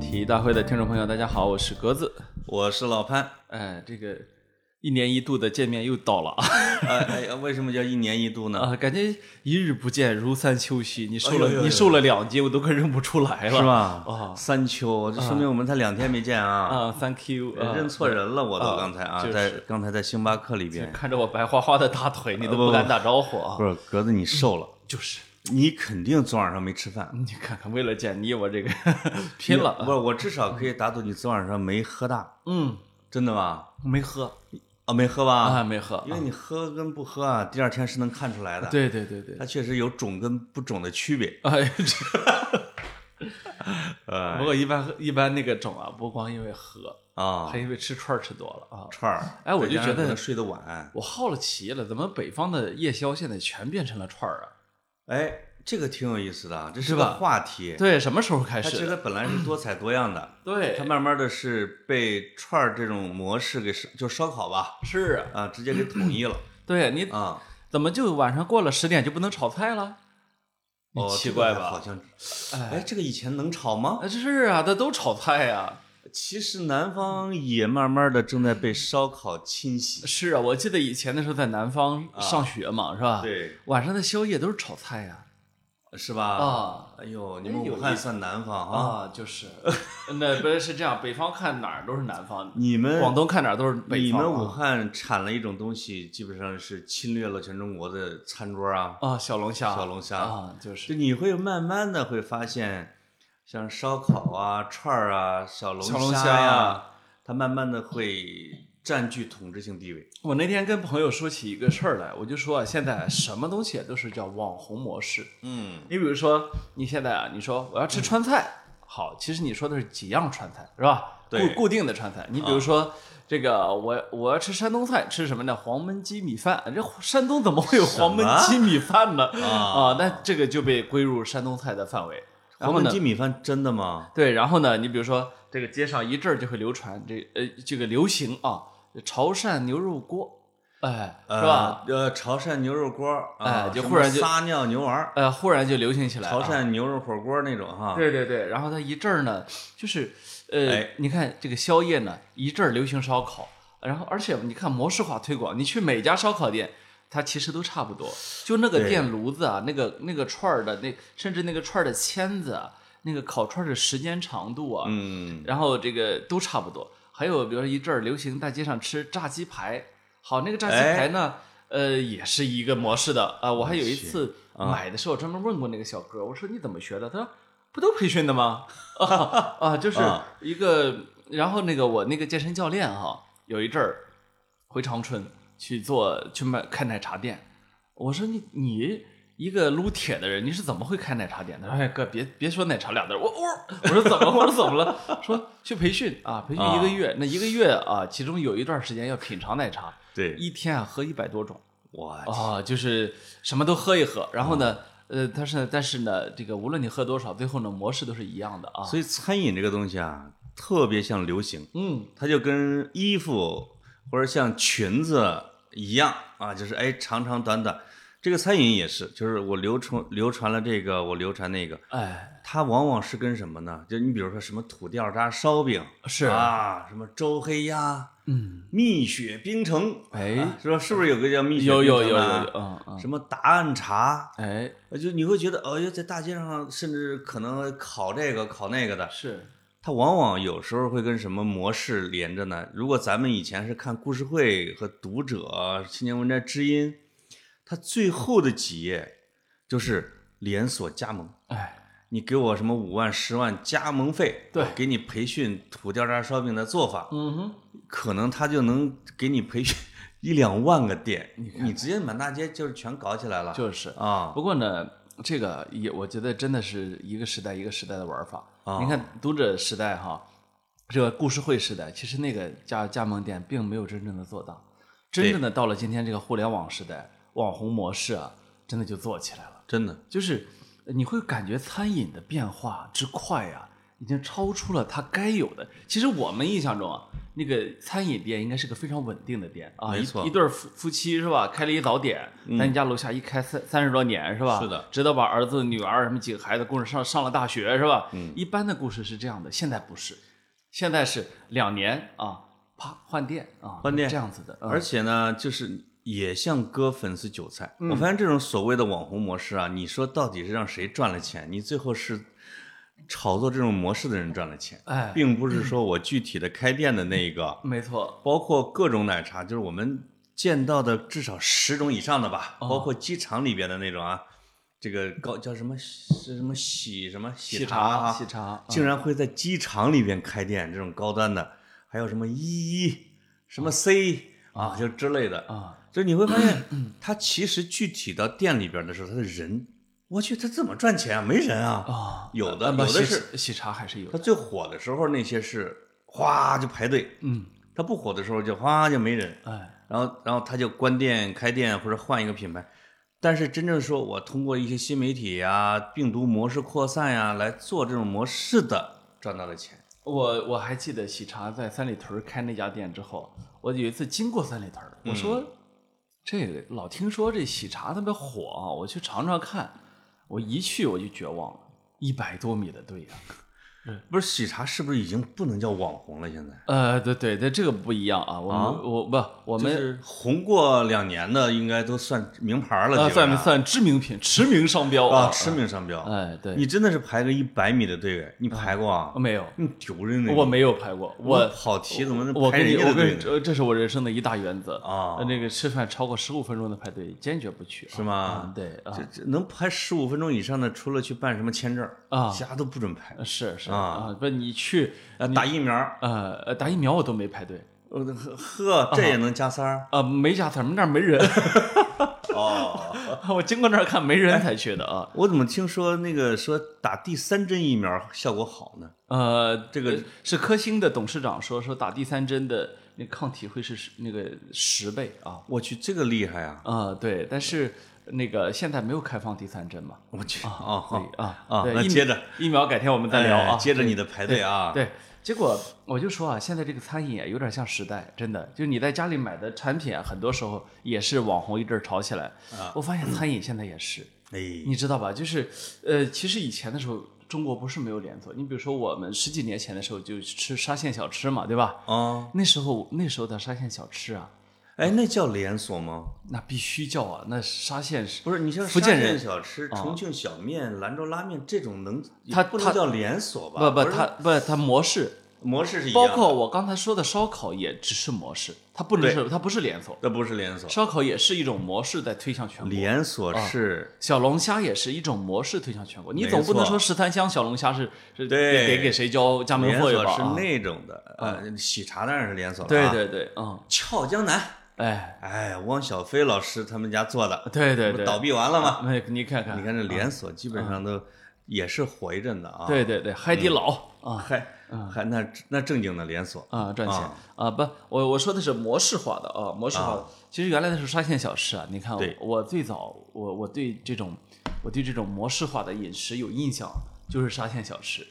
体育大会的听众朋友，大家好，我是格子。我是老潘。 哎，这个一年一度的见面又到了啊！ 哎哎，为什么叫一年一度呢？啊，感觉一日不见如三秋兮。你瘦了，哎呦呦呦你瘦了两斤，我都快认不出来了，是？吧？哦三秋，这说明我们才两天没见啊！啊，Thank you，啊认错人了，我都啊刚才啊就，是在刚才在星巴克里边，看着我白花花的大腿，你都不不敢打招呼啊！不是格子，你瘦了，就是， 你肯定昨晚上没吃饭，你看看，为了见你，我这个 拼了不啊。是，我至少可以打赌你昨晚上没喝大，嗯，真的吗？没喝啊，没喝吧？啊，没喝。啊因为你喝跟不喝啊，第二天是能看出来的。，对对对对它，确实有肿跟不肿的区别。哎，这呃哎不过一般喝一般那个肿啊，不光因为喝，啊还，因为吃串儿吃多了啊。串儿，哎我就再加上觉得可能睡得晚。我好了奇了，怎么北方的夜宵现在全变成了串儿啊？哎，这个挺有意思的啊，这是吧个话题。对，什么时候开它始这的？个本来是多彩多样 的，对它，慢慢的是被串儿这种模式给烧就烧烤吧，是啊，啊，直接给统一了 对你啊。怎么就晚上过了十点就不能炒菜了？你哦，奇这个怪还好吧？像，哎哎，这个以前能炒吗？啊 是啊，这都炒菜啊呀、其实南方也慢慢的正在被烧烤侵袭。是啊，我记得以前的时候在南方上学嘛，是吧？，对，晚上的宵夜都是炒菜呀、啊是吧？啊，哎呦，你们哎有武汉算南方啊？啊，就是，那不是是这样，北方看哪儿都是南方，你们广东看哪儿都是北你方啊。们武汉产了一种东西，基本上是侵略了全中国的餐桌啊，啊，小龙虾，小龙虾啊，就是就你会慢慢的会发现，像烧烤啊、串儿啊、小龙小龙虾虾啊呀、呀它慢慢的会占据统治性地位。我那天跟朋友说起一个事儿来，我就说啊，现在什么东西都是叫网红模式。嗯，你比如说，你现在啊，你说我要吃川菜，好，其实你说的是几样川菜，是吧？固对啊固定的川菜。你比如说。这个我我要吃山东菜，吃什么呢？黄焖鸡米饭。这山东怎么会有黄焖鸡米饭呢？啊那这个就被归入山东菜的范围。然黄后呢焖鸡米饭真的吗？对，然后呢，你比如说这个街上一阵儿就会流传这呃这个流行啊，潮汕牛肉锅，哎，是吧？？呃，潮汕牛肉锅儿，啊哎就什忽么然就撒尿牛丸儿，呃，忽然就流行起来潮了。汕牛肉火锅那种哈。对对对，然后它一阵儿呢，就是呃，哎你看这个宵夜呢，一阵儿流行烧烤，然后而且你看模式化推广，你去每家烧烤店。它其实都差不多，就那个对电炉子啊，那个那个串儿的那，甚至那个串儿的签子啊，那个烤串儿的时间长度啊，嗯，然后这个都差不多。还有比如说一阵儿流行大街上吃炸鸡排，好，那个炸鸡哎排呢，呃，也是一个模式的啊、我还有一次啊买的时候专门问过那个小哥，我说你怎么学的？他说不都培训的吗？ 啊啊，就是啊一个。然后那个我那个健身教练哈、有一阵儿回长春去做去卖开奶茶店，我说你你一个撸铁的人，你是怎么会开奶茶店的？他说哎哥，别别说奶茶俩字儿，我我我说怎么我说怎么了？说去培训啊，培训一个月，那一个月啊，其中有一段时间要品尝奶茶，对，一天啊喝一百多种哇，啊，就是什么都喝一喝，然后呢。啊呃，但是但是呢，这个无论你喝多少，最后呢模式都是一样的啊。所以餐饮这个东西啊，特别像流行。嗯，它就跟衣服或者像裙子一样啊，就是哎长长短短。这个餐饮也是，就是我流传流传了这个，我流传那个，哎，它往往是跟什么呢？就你比如说什么土掉渣烧饼是啊，什么周黑鸭、嗯，蜜雪冰城，啊哎，是吧？是不是有个叫蜜雪有冰城有的有有啊有，嗯嗯，什么答案茶？哎，呃就你会觉得，哦哟，在大街上甚至可能烤这个烤那个的，是，它往往有时候会跟什么模式连着呢？如果咱们以前是看故事会和读者、青年文摘、知音，它最后的几页就是连锁加盟。哎，你给我什么五万、十万加盟费，对我给你培训土掉渣烧饼的做法，嗯哼，可能他就能给你培训一两万个店，你直接满大街就是全搞起来了，就是。啊，不过呢，这个也我觉得真的是一个时代一个时代的玩法。啊你看读者时代哈，这个故事会时代，其实那个加加盟店并没有真正的做大。真正的到了今天这个互联网时代，网红模式啊，真的就做起来了。真的，就是呃你会感觉餐饮的变化之快呀、已经超出了它该有的。其实我们印象中啊，那个餐饮店应该是个非常稳定的店啊，没错一嗯一对儿夫夫妻是吧？开了一早点，咱家楼下一开三三十多年是吧？是的，直到把儿子、女儿什么几个孩子供着上上了大学是吧？嗯，一般的故事是这样的，现在不是，现在是两年啊，啪换店啊，换店这样子的，嗯而且呢，就是也像割粉丝韭菜。嗯我发现这种所谓的网红模式啊，你说到底是让谁赚了钱？你最后是炒作这种模式的人赚了钱，哎，并不是说我具体的开店的那一个，没错，包括各种奶茶，就是我们见到的至少十种以上的吧，哦包括机场里边的那种啊，这个高叫什么是什么喜什么喜茶啊，喜茶，嗯竟然会在机场里边开店，这种高端的，还有什么一一什么 C 啊，就之类的，啊，就你会发现， 他其实具体到店里边的时候，他的人，我去，他怎么赚钱啊？没人啊，啊，有的那么有喜的是，喜茶还是有他的，最火的时候那些是哗就排队，嗯，他不火的时候就哗就没人，哎，然后然后他就关店开店或者换一个品牌。但是真正说我通过一些新媒体呀、病毒模式扩散呀、来做这种模式的赚到了钱。我我还记得喜茶在三里屯儿开那家店之后，我有一次经过三里屯儿，我说、这个老听说这喜茶特别火啊，我去尝尝看。我一去我就绝望了，一百多米的队呀、啊不是喜茶是不是已经不能叫网红了？现在 呃，对对对，这个不一样啊，我们、啊我不我就们、是红过两年的，应该都算名牌了，呃基本算上算知名品，驰名商标啊，驰。名商标。哎，对，你真的是排个一百米的队，你排过啊？没有，你丢人呢！我没有拍过，我我跑题怎么能我排跟你，人家我的跟你，队呢？这这是我人生的一大原则呃啊那个吃饭超过十五分钟的排队，坚决不去啊。是吗嗯对啊这，这能排十五分钟以上的，除了去办什么签证啊其他都不准排。是是啊啊，不，你去呃，打疫苗，呃呃打疫苗我都没排队，呃呵呵，这也能加塞儿啊，没加词儿，我们那儿没人，哦。 哎我经过那儿看没人才去的啊。我怎么听说那个说打第三针疫苗效果好呢？呃，这个是科兴的董事长说说打第三针的那抗体会是十那个十倍啊我去，这个厉害啊！啊对，但是那个现在没有开放第三针嘛，我去啊所以啊啊对那疫接着疫苗改天我们再聊啊，哎接着你的排队啊，对，结果我就说啊，现在这个餐饮啊，有点像时代，真的，就你在家里买的产品啊，很多时候也是网红一阵儿炒起来。啊我发现餐饮现在也是，哎，你知道吧？就是呃，其实以前的时候，中国不是没有连锁，你比如说我们十几年前的时候就吃沙县小吃嘛，对吧？啊，那时候那时候的沙县小吃啊，哎，那叫连锁吗？那必须叫啊，那沙县是。不是，你像福建沙县人小吃、重庆小面、兰州拉面这种能，它也不它能叫连锁吧？不不，是它不它模式，模式是一样包的，括我刚才说的烧烤也只是模式，它不能对是它不是连锁，那不是连锁，啊烧烤也是一种模式在推向全国。连锁是小龙虾也是一种模式推向全国，你没总不能错说十三香小龙虾是是对得给谁交家门连货锁呀吧？是啊那种的，呃，喜茶当然是连锁了，啊对，对对，嗯，俏江南，哎，哎，汪小菲老师他们家做的，对对不对，倒闭完了吗？那你看看，你看这连锁基本上都也是火一阵的啊，对对对，海底捞啊还还那那正经的连锁，啊赚钱啊啊不，我我说的是模式化的啊，模式化的。其实原来的时候沙县小吃啊，你看对我最早我我对这种我对这种模式化的饮食有印象，就是沙县小吃。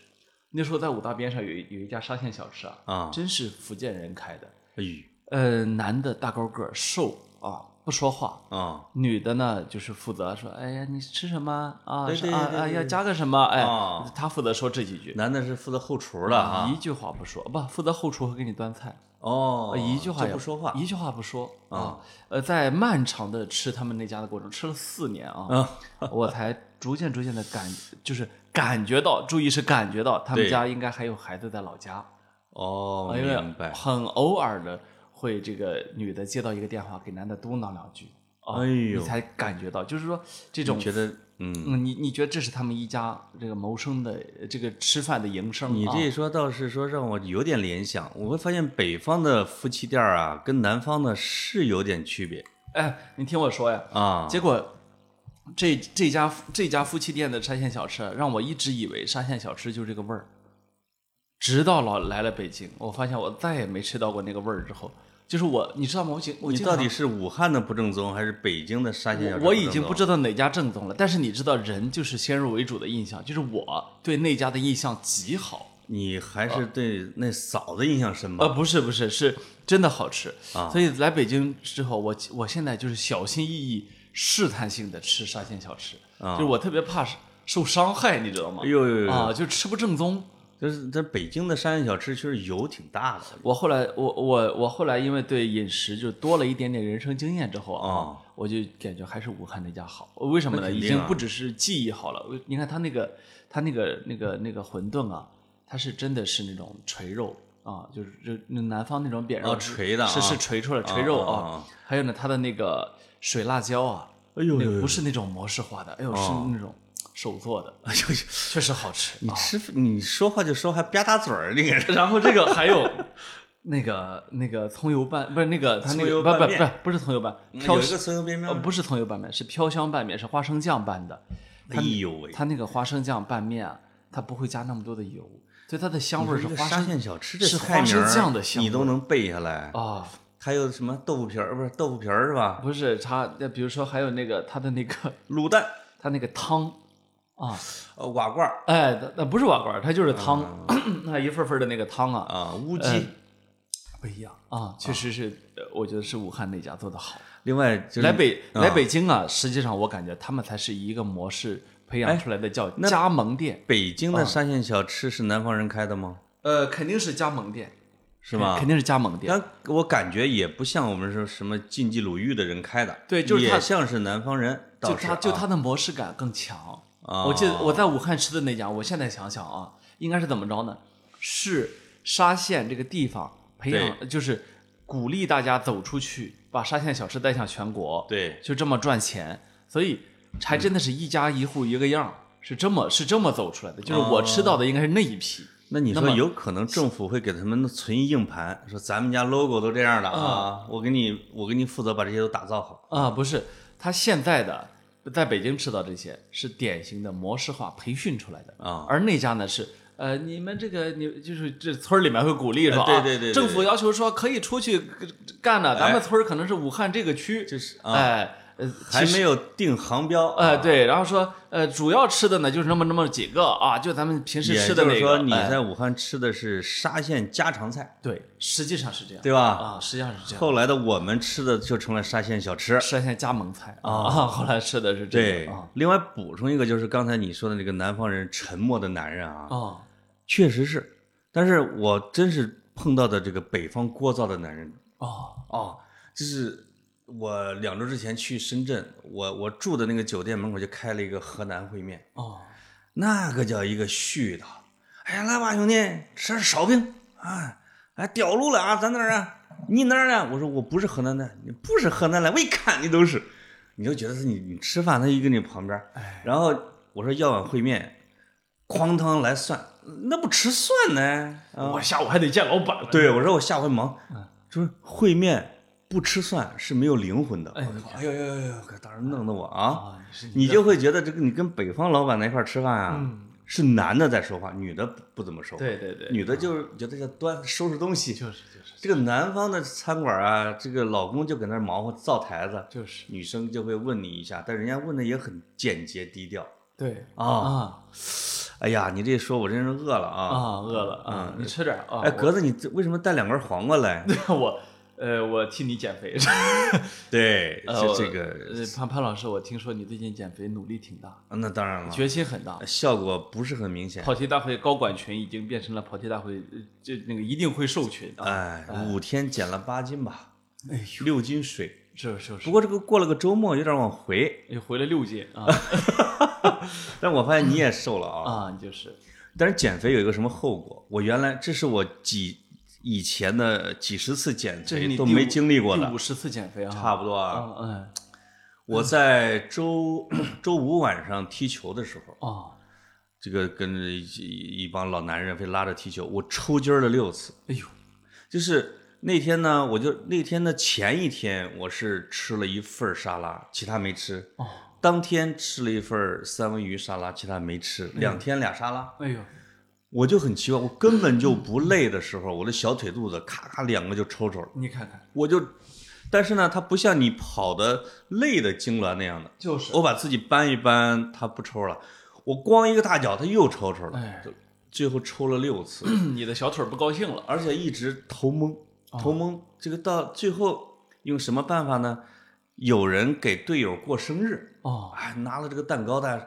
那时候在武大边上有一有一家沙县小吃啊，啊，真是福建人开的。哎呦呃，男的大高个儿，瘦啊，不说话；啊女的呢，就是负责说，哎呀，你吃什么啊？对是对啊对啊，对要加个什么？哎，啊他负责说这几句，男的是负责后厨的啊一，句话不说，不负责后厨和给你端菜，啊哦，一句话就也不说话一句话不说啊。呃，在漫长的吃他们那家的过程，吃了四年啊，啊，我才逐渐逐渐的感，就是感觉到，注意是感觉到，他们对家应该还有孩子在老家。哦，因为明白，很偶尔的会这个女的接到一个电话，给男的嘟囔两句，啊哎你呦才感觉到，就是说这你种，觉得嗯。嗯，你你觉得这是他们一家这个谋生的呃这个吃饭的营生啊？你这一说倒是说让我有点联想，我会发现北方的夫妻店儿啊，跟南方的是有点区别哎，你听我说呀，啊。结果。这这家这家夫妻店的沙县小吃啊，让我一直以为沙县小吃就是这个味儿，直到老来了北京，我发现我再也没吃到过那个味儿之后，就是我，你知道吗？我经我你经到常底是武汉的不正宗，还是北京的沙县小吃我已经不知正道哪家正宗了，但是你知道，人就是先入为主的印象，就是我对那家的印象极好，宗你还是对那嫂子印象深吧？啊呃，不是不是，是真的好吃。啊所以来北京之后，我我现在就是小心翼翼、试探性的吃沙县小吃，啊就是我特别怕受伤害，你知道吗？哎呦呦呦呦啊，就吃不正宗。就是在北京的沙县小吃，其实油挺大的。我后来，我我我后来因为对饮食就多了一点点人生经验之后啊，我就感觉还是武汉那家好。为什么呢？哦那肯已定啊经不只是记忆好了，我你看他那个他那个那个那个馄饨啊，它是真的是那种锤肉啊，就是就那南方那种扁肉哦锤的啊是是锤出来锤肉啊啊啊啊。还有呢，它的那个水辣椒啊，哎呦那呦呦不是那种模式化的，哎呦是那种手做的，哦哎呦呦，确实好吃。啊你吃你说话就说还吧嗒嘴儿，你给 然后这 个还有那个那个葱油拌，不是那个他那葱个油拌不不面嗯不不是葱油拌，飘有一个葱油边呃面，不是葱油拌面，是飘香拌面，是花生酱拌的。哎呦喂，它那个花生酱拌面啊，它不会加那么多的油，所以它的香味儿是这个花沙县生小吃这是菜花名生儿酱的香味你都能背下来。啊，还有什么豆腐皮儿？不是豆腐皮儿是吧？不是它，比如说还有那个它的那个卤蛋、它那个汤啊，呃瓦罐儿哎，那那不是瓦罐儿，它就是汤，嗯 那一份份的那个汤啊，啊，乌鸡。呃不一样啊，确实是，呃我觉得是武汉那家做的好。另外就是来北啊来北京啊，实际上我感觉他们才是一个模式培养出来的，叫加盟店。北京啊的沙县小吃是南方人开的吗？呃，肯定是加盟店，是吗？肯定是加盟店。但我感觉也不像我们说什么晋冀鲁豫的人开的，对就是也他像是南方人，就倒是它就它啊的模式感更强。啊我记得我在武汉吃的那家，我现在想想啊，应该是怎么着呢？是沙县这个地方培养，就是鼓励大家走出去，把沙县小吃带向全国。对，就这么赚钱，所以还真的是一家一户一个样儿，是这么是这么走出来的。就是我吃到的应该是那一批那你那说么有可能政府会给他们存一硬盘，说咱们家 logo 都这样了啊，我给你我给你负责把这些都打造好。啊，不是他现在的在北京吃到这些是典型的模式化培训出来的啊而那家呢是。呃，你们这个你就是这村儿里面会鼓励说啊，呃对对对对政府要求说可以出去干的，咱哎们村儿可能是武汉这个区，就是啊哎，呃，还没有定航标，啊哎，对，然后说呃，主要吃的呢就是那么那么几个啊，就咱们平时也吃就的那个，是说你哎在武汉吃的是沙县家常菜，对，实际上是这样，对吧？啊，实际上是这样。后来的我们吃的就成了沙县小吃。吃了些加盟菜啊，后来吃的是这对个啊，另外补充一个就是刚才你说的那个南方人沉默的男人啊，啊，确实是，但是我真是碰到的这个北方聒噪的男人哦，啊，就是我两周之前去深圳，我我住的那个酒店门口就开了一个河南烩面，哦，那个叫一个絮叨，哎呀，来吧兄弟，吃点烧饼啊，哎，屌路了啊，咱那儿啊，你哪儿的？我说我不是河南的，你不是河南的，我一看你都是，你就觉得是你你吃饭，他一跟你旁边儿，然后我说要碗烩面，哐当来蒜，那不吃蒜呢？啊，我下午还得见老板了。对我说我下回忙，就是烩面不吃蒜是没有灵魂的。哎我靠哎呦呦呦呦，可当时弄得我啊，啊，你是你就会觉得这个你跟北方老板在一块儿吃饭啊，是男的在说话，女的不不怎么说话。对对嗯对，女的就是觉得要端收拾东西。就是就是这个南方的餐馆啊，这个老公就搁那儿忙活造台子，就是，女生就会问你一下，但人家问的也很简洁低调对啊。啊哎呀，你这一说我真是饿了啊！啊，饿了啊，你吃点儿啊。哎，格子，你这为什么带两根黄瓜来？我 我呃，我替你减肥。对，这呃这个呃潘潘老师，我听说你最近减肥努力挺大，啊哎那当然了，决心很大。效果不是很明显。跑题大会高管群已经变成了跑题大会，呃这那个一定会瘦群啊。哎，五天减了八斤吧，哎六斤水。是是是不，过这个过了个周末，有点往回。又回了六斤啊但我发现你也瘦了啊。啊，就是但是减肥有一个什么后果？我原来这是我几以前的几十次减这是肥你都第没五经历过第的，五十次减肥啊，差不多啊。嗯我在周周五晚上踢球的时候，哦，这个跟着一一一帮老男人被拉着踢球，我抽筋儿了六次。哎呦，就是那天呢，我就那天的前一天，我是吃了一份儿沙拉，其他没吃。哦，当天吃了一份儿三文鱼沙拉，其他没吃。两天俩沙拉，哎呦，我就很奇怪，我根本就不累的时候，我的小腿肚子咔咔两个就抽抽了。你看看，我就，但是呢，它不像你跑的累的痉挛那样的，就是我把自己搬一搬，它不抽了。我光一个大脚，它又抽抽了。哎就最后抽了六次， 你的小腿儿不高兴了，而且一直头蒙，哦头蒙。这个到最后用什么办法呢？有人给队友过生日，哦，哎，拿了这个蛋糕，但是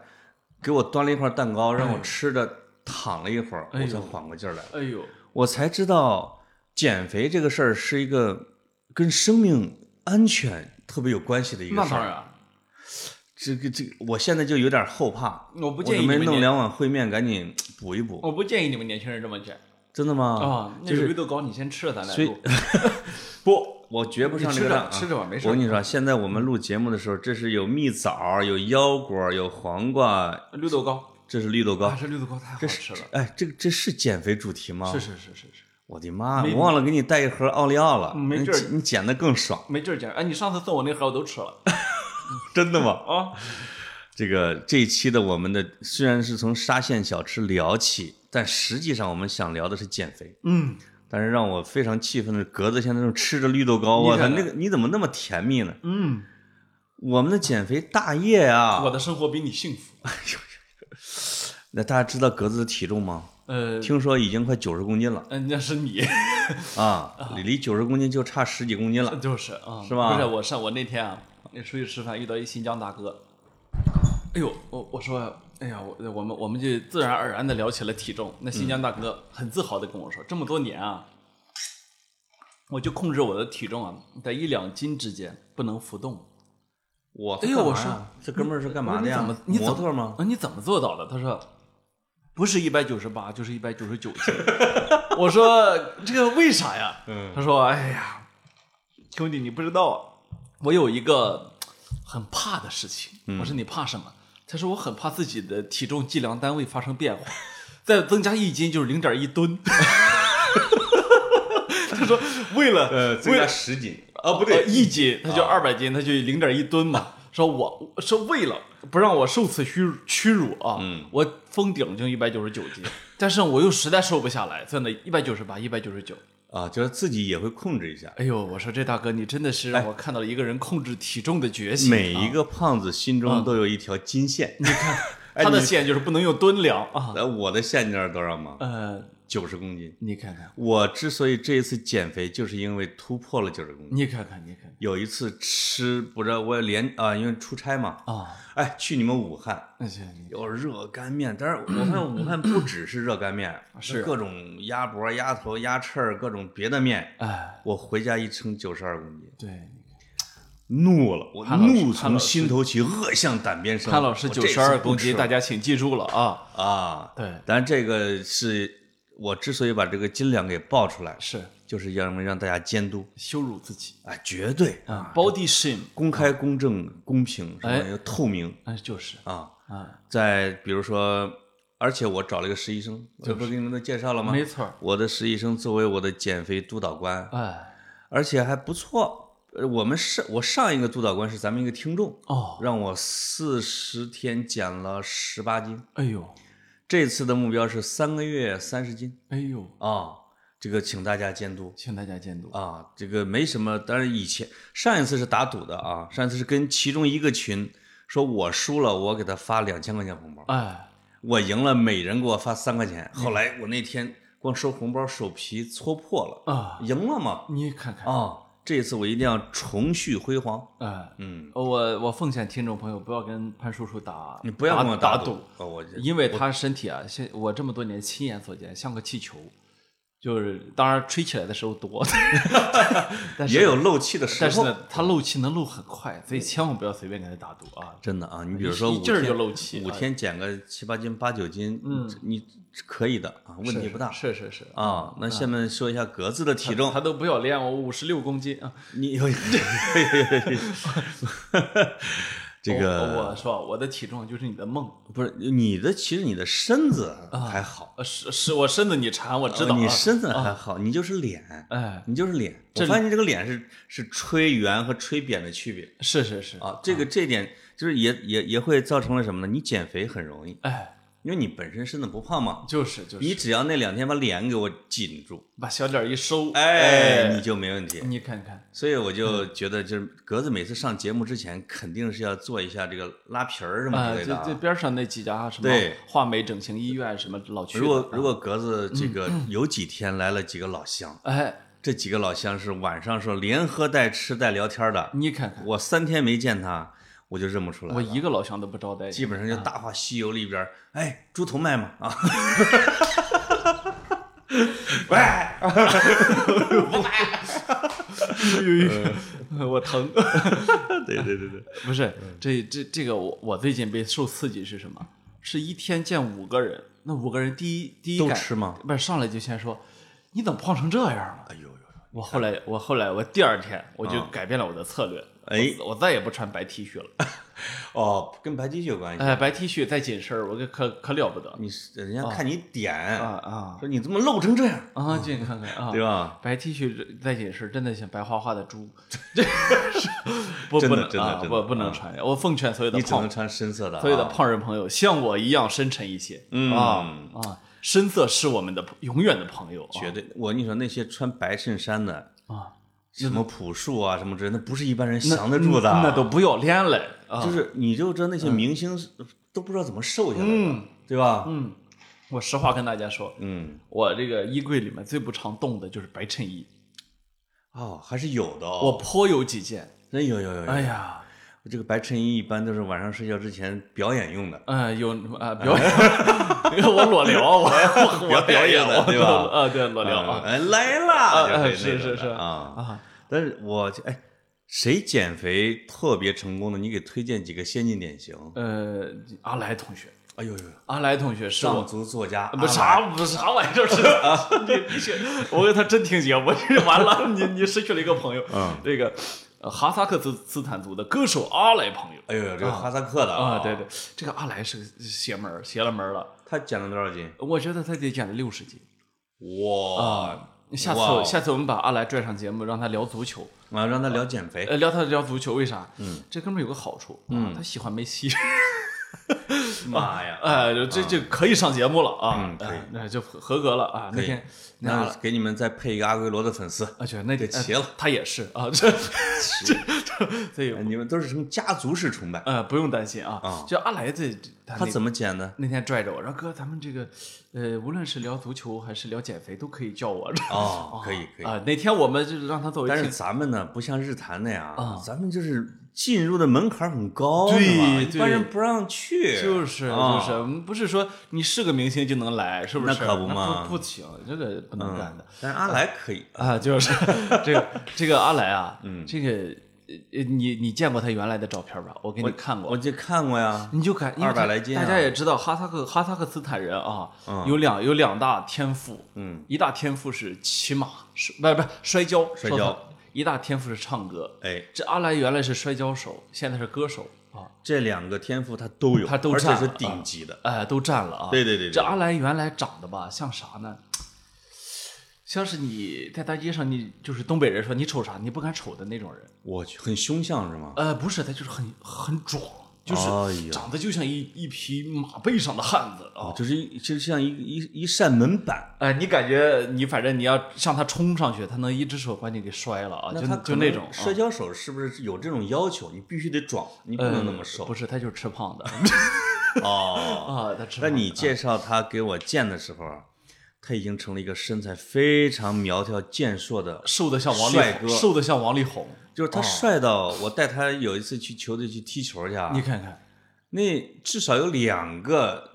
给我端了一块蛋糕，让我吃着躺了一会儿，哎呦我才缓过劲儿来。哎呦，我才知道减肥这个事儿是一个跟生命安全特别有关系的一个那事当儿。然，这个这个，我现在就有点后怕，我不我建准议备你们弄年，哦两碗烩面，赶紧补一补。我不建议你们年轻人这么卷真的吗？啊。那就个是绿豆糕你先吃了，咱俩所以录。不，我绝不你上这吃个着当啊吧，吃着吧，没事我儿跟。你说，现在我们录节目的时候，这是有蜜枣，有腰果，有黄瓜，绿豆糕这是绿豆啊，糕。这绿豆糕太好吃了，哎，这个这是减肥主题吗？是是是是是，我的妈！没嗯我忘了给你带一盒奥利奥了，没你劲儿你减的更爽，没劲儿讲。哎，你上次送我那盒我都吃了真的吗？啊。这个这一期的我们的虽然是从沙县小吃聊起，但实际上我们想聊的是减肥。嗯，但是让我非常气愤的是，格子现在正吃着绿豆糕，你我操，看看那个你怎么那么甜蜜呢？嗯，我们的减肥大业啊！我的生活比你幸福。那大家知道格子的体重吗？呃，听说已经快九十公斤了嗯，那是你，啊，离九十公斤就差十几公斤了。 就是啊，是吧不是，我上我那天啊，那出去吃饭遇到一新疆大哥，哎呦，我我说，哎呀，我我们我们就自然而然的聊起了体重。那新疆嗯大哥很自豪的跟我说，这么多年啊，我就控制我的体重啊，在一两斤之间，不能浮动。我哎呦干嘛我呀说这哥们儿是干我嘛说的呀？你怎么你怎模么特吗？啊，你怎么做到的？他说，不是一百九十八，就是一百九十九斤。 我说这个为啥呀？嗯他说，哎呀，兄弟，你不知道，啊我有一个很怕的事情。我说你怕什么？他说我很怕自己的体重计量单位发生变化，再增加一斤就是零点一吨。 他说为了呃，增为了加十斤啊，不不对，呃啊一斤，它就二百斤，它就零点一吨嘛。说我是为了不让我受此屈屈辱啊，嗯我封顶就一百九十九斤，但是我又实在瘦不下来，真的，一百九十八，一百九十九。啊，就是自己也会控制一下。哎呦，我说这大哥，你真的是让我看到了一个人控制体重的决心、啊。嗯每一个胖子心中都有一条金线。哎你看，他的线就是不能用吨量啊。呃，我的线你知道多少吗？呃，九十公斤。你看看，我之所以这一次减肥，就是因为突破了九十公斤。你看看，你看有一次吃不是我连啊，因为出差嘛，看啊，哎，去你们武汉那行，你有热干面，但是我看武汉不只是热干面，嗯是各种鸭脖、鸭头、鸭翅儿，各种别的面。哎，我回家一称九十二公斤，对，怒了，我潘老师怒潘从老师心头起，恶向胆边生。潘老师我九这次十二不公斤，吃大家请记住了啊。啊，对，但这个是我之所以把这个斤两给爆出来，是就是要让大家监督羞辱自己啊，绝对啊，body shame，公开、公正、公平，什哎么透明哎，就是啊。啊，再比如说，而且我找了一个实习生，这不是给你们都介绍了吗？嗯没错儿，我的实习生作为我的减肥督导官，哎，而且还不错。呃，我们上我上一个督导官是咱们一个听众，哦，让我四十天减了十八斤，哎呦，这次的目标是三个月三十斤。哎呦，啊、这个请大家监督请大家监督。啊，这个没什么，但是以前上一次是打赌的啊，上一次是跟其中一个群说我输了，我给他发两千块钱红包，哎，我赢了，每人给我发三块钱。嗯后来我那天光收红包手皮搓破了，啊，赢了嘛你看看，啊，这一次我一定要重续辉煌。哎，嗯，我我奉劝听众朋友不要跟潘叔叔打，你不要跟我打赌赌，，哦、我这因为他身体啊，现我这么多年亲眼所见，像个气球，就是当然吹起来的时候多， 但是也有漏气的嗯时但是候。呢，他漏气能漏很快，所以千万不要随便跟他打赌啊。真的啊，你比如说一五劲儿天就漏气五哎天减个七八斤、八九斤，嗯，你可以的啊，问题不大。是是是，啊，那下面说一下格子的体重他，都不要脸，我五十六公斤啊。你有 这我个我说我的体重就是你的梦，不是你的，其实你的身子还好，呃，是是我身子你馋，我知道、啊哦你身子还好，你就是脸，哎，你就是脸。我这发现这个脸是是吹圆和吹扁的区别啊是是是，啊，这个这点就是也也也会造成了什么呢？你减肥很容易，哎，因为你本身身子不胖嘛，就是就是，你只要那两天把脸给我紧住，把小脸一收，哎，哎嗯你就没问题。你看看，所以我就觉得，就是格子每次上节目之前，肯定是要做一下这个拉皮儿什么啊，之这类的这啊。边上那几家什么对华美整形医院什么老去的，如果如果格子嗯这个有几天来了几个老乡，哎，这几个老乡是晚上说连喝带吃带聊天的，你看看，我三天没见他，我就认不出来我啊了。一个老乡都不招待你，基本上就《大话西游》里边儿，哎，猪头卖吗？啊，喂，哎呃我 疼。 对对对对，不是，嗯这这这个我我最近被受刺激是什么？是一天见五个人，那五个人第一第一都感吃吗？不是上来就先说你怎么胖成这样了？哎呦啊呦，我后来我后来我第二天我就改变了我的策略，哎我我再也不穿白 T 恤了，哦，跟白 T 恤有关系。哎，白 T 恤再紧身儿，我可可可了不得你是人家看你哦啊点，啊说你怎么露成这样，啊！进去看看啊，对吧？白 T 恤再紧身，真的像白花花的 猪，这是不真的不能真的啊真的不不能穿，我奉劝所有的你只胖能穿深色的啊。所有的胖人朋友像我一样深沉一些，嗯啊啊，深色是我们的永远的朋友，绝对，我跟你说，那些穿白衬衫的啊，什么朴树啊，什么之类的，那不是一般人那降得住的。嗯那都不要脸了啊！就是，你就知道那些明星是都不知道怎么瘦下来的嗯，对吧？嗯我实话跟大家说，嗯，我这个衣柜里面最不常动的就是白衬衣，哦，还是有的我哦。颇有几件。哎呦呦呦！哎，呀，这个白衬衣一般都是晚上睡觉之前表演用的，呃，有啊，表 演，我裸聊，我我我表演的我对吧啊，对，裸聊啊哎来啦，啊就是那种的是是啊。啊，但是我哎，谁减肥特别成功的，你给推荐几个先进典型？呃，阿来同学，哎呦呦，阿来同学是我呃藏族作家不阿啥兰不啥玩意 儿，是的你你是我跟他真听节目，这完了，你你失去了一个朋友。嗯这个呃哈萨克斯斯坦族的歌手阿来朋友哎呦呦，这个哈萨克的啊，对对，这个阿来是个邪门儿邪了门儿了，他减了多少斤？我觉得他得减了六十斤啊呃哇！下次哇哦下次我们把阿来拽上节目，让他聊足球，我要让他聊减肥，呃，聊他聊足球，为啥？嗯，这哥们儿有个好处，嗯，他喜欢梅西，妈呀！ 哎，这这可以上节目了啊嗯，可以哎那就合格了啊。那以天那阿那给你们再配一个阿圭罗的粉 丝，啊，去，那得齐了他也是 啊，这这这，所以哎你们都是什么家族式崇拜？呃不用担心啊啊。就阿来这他他那怎么减的？那天拽着我说哥，咱们这个呃，无论是聊足球还是聊减肥，都可以叫我。 哦，可以可以。啊，哪天我们就让他作为但是听，咱们呢，不像日坛那样啊咱们就是进入的门槛很高，对是吧对一般人不让去，就是啊就是，嗯不是说你是个明星就能来，是不是？那可不嘛那不不行，这个不能干的。嗯但是阿来可以，啊，就是这个这个阿来啊，嗯，这个呃呃你你见过他原来的照片吧？我给你看过，我就看 过呀。你就感因为200他来斤啊嗯大家也知道哈萨克哈萨克斯坦人啊，有两有两大天赋，嗯，一大天赋是骑马，是不是不是摔跤，摔说跤错了，一大天赋是唱歌。哎，这阿来原来是摔跤手，现在是歌手啊，这两个天赋他都有，他都而且占是了顶级的。哎，都占了啊。对对对对这阿来原来长得吧，像啥呢？像是你在大街上，你就是东北人说你瞅啥，你不敢瞅的那种人。我去，很凶相是吗？呃，不是，他就是很很壮，就哎哦是呀长得就像一一匹马背上的汉子啊。就是一就像一一一扇门板，哎，你感觉你反正你要向他冲上去，他能一只手把你给摔了啊，就他就可那能种啊摔跤手是不是有这种要求？你必须得壮，你不能那么呃瘦不是，他就是吃胖的哦。 啊，他吃那胖的。你介绍他给我见的时候啊，他已经成了一个身材非常苗条健硕的，瘦的像王力帅宏哥瘦的像王力宏，就是他帅到我带他有一次去球队去踢球去，啊你，看看那至少有两个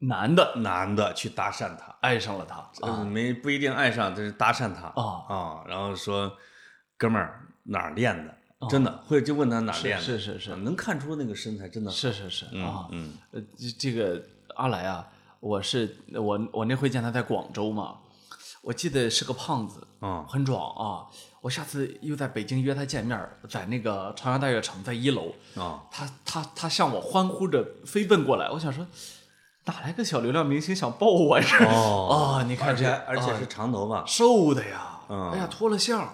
男的男的去搭讪他，爱上了他啊呃没不一定爱上，但是搭讪他啊啊，然后说哥们儿哪儿练的？真的会就问他哪儿练的，哦是是是啊能看出那个身材真的是是是啊，嗯呃，这这个阿来啊，我是我我那回见他在广州嘛，我记得是个胖子，啊很壮啊。我下次又在北京约他见面儿，在那个长阳大悦城，在一楼，啊他他他向我欢呼着飞奔过来，我想说，哪来个小流量明星想抱我呀？哦 啊，你看而这且而且啊是长头发，瘦的呀，嗯哎呀脱了相儿，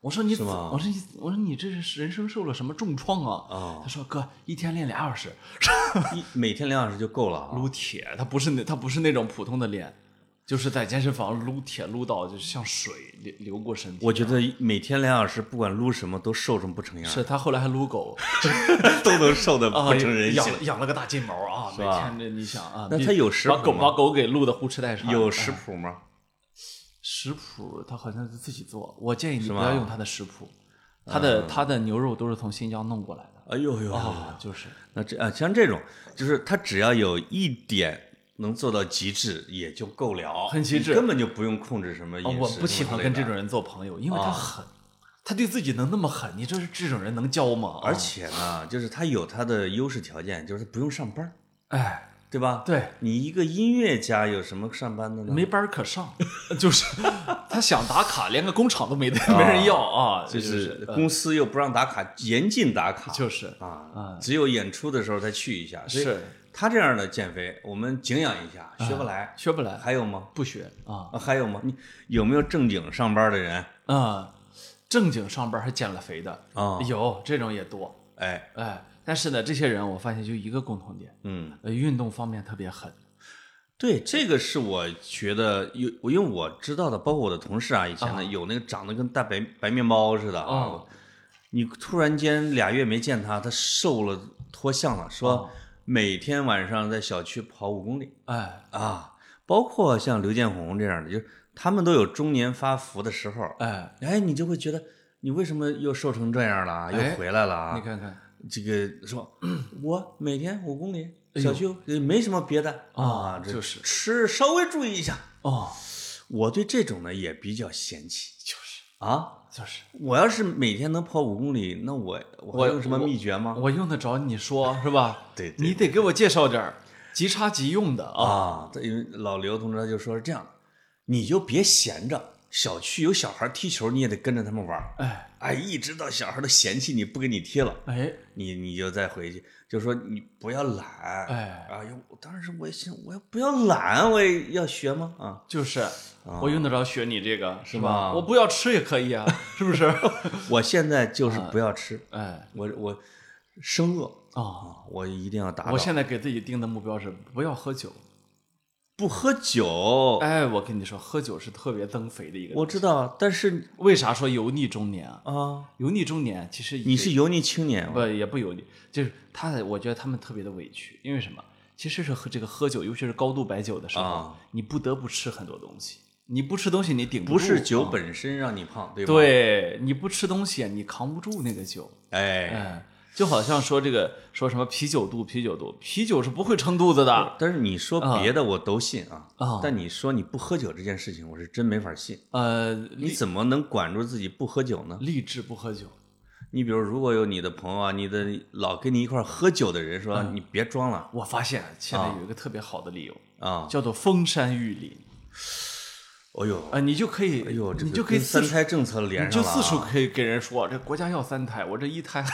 我我说你是吗我说你我说你这是人生受了什么重创啊？哦他，说哥一天练俩小时一每天两小时就够了啊。撸铁，他不是那他不是那种普通的练，就是在健身房撸铁撸到就是像水流流过身体。我觉得每天两小时，不管撸什么都瘦成不成样，是他后来还撸狗 都能瘦的啊，不成人养形了。养了个大金毛啊，每吧天这你想啊，那你他有食谱把吗狗把狗给撸的胡吃带喘，有哎食谱吗？食谱他好像是自己做，我建议你是不吗嗯要用他的食谱，他的他的牛肉都是从新疆弄过来的哎呦呦，啊，就是那这啊，像这种，就是他只要有一点能做到极致，也就够了，很极致你根本就不用控制什么饮啊食。我不喜欢跟这种，人做朋友，因啊为他狠，他对自己能那么狠，你这是这种人能交吗？而且呢，就是他有他的优势条件，就是不用上班儿，哎，对吧？，对，你一个音乐家有什么上班的呢？没班儿可上， 就是他想打卡，连个工厂都 没得，没人要啊，就就是是公司又不让打卡，严禁打卡，就是啊，只有演出的时候才去一下。所以是他这样的减肥，我们敬仰一下，学不来。学不来，还有吗？不学啊啊，还有吗？你有没有正经上班的人？啊，正经上班还减了肥的啊有这种也多，哎，哎，但是呢，这些人我发现就一个共同点，嗯，呃，运动方面特别狠，对，这个是我觉得有，我因为我知道的，包括我的同事啊，以前的、有那个长得跟大白白面包似的啊，啊你突然间俩月没见他，他瘦了脱相了，说每天晚上在小区跑五公里哎啊，包括像刘建宏这样的，就是他们都有中年发福的时候，哎，哎，你就会觉得你为什么又瘦成这样了啊，又哎回来了啊？你看看，这个说，我每天五公里，小区也没什么别的啊这哎就是吃稍微注意一下。哦，我对这种呢也比较嫌弃就是啊。就是。我要是每天能跑五公里，那我我我还有什么秘诀吗？我用得着你说是吧？对对你得给我介绍点儿即插即用的啊。啊，这因为老刘同志他就说是这样的，你就别闲着，小区有小孩踢球，你也得跟着他们玩儿。哎哎，一直到小孩都嫌弃你不给你踢了，哎，你你就再回去，就说你不要懒，哎啊，要当时我也想，我要不要懒，啊我也要学吗？啊，就是我用得着学你这个是吧？吧我不要吃也可以 啊，是不是？我现在就是啊不要吃，哎我我生饿啊，啊，我一定要达到。我现在给自己定的目标是不要喝酒。不喝酒，哎，我跟你说，喝酒是特别增肥的一个。哦我知道，但是为啥说油腻中年啊？啊，油腻中年其实也你是油腻青年，不也不油腻，就是他，我觉得他们特别的委屈，因为什么？其实是喝这个喝酒，尤其是高度白酒的时候，啊你不得不吃很多东西。你不吃东西，你顶不住是酒啊本身让你胖，对吧？对，对，你不吃东西，你扛不住那个酒。哎，哎，就好像说这个说什么啤酒肚，啤酒肚，啤酒是不会撑肚子的但是你说别的我都信啊，啊。但你说你不喝酒这件事情，我是真没法信。呃，你励怎么能管住自己不喝酒呢？励志不喝酒，你比如，如果有你的朋友啊，你的老跟你一块儿喝酒的人嗯说，你别装了我发现现在有一个特别好的理由，啊，叫做封山育林哎呦，啊，你就可以，哎呦，这你个就可以跟四三处胎政策连你就上了啊，四处可以给人说，这国家要三胎，我这一胎，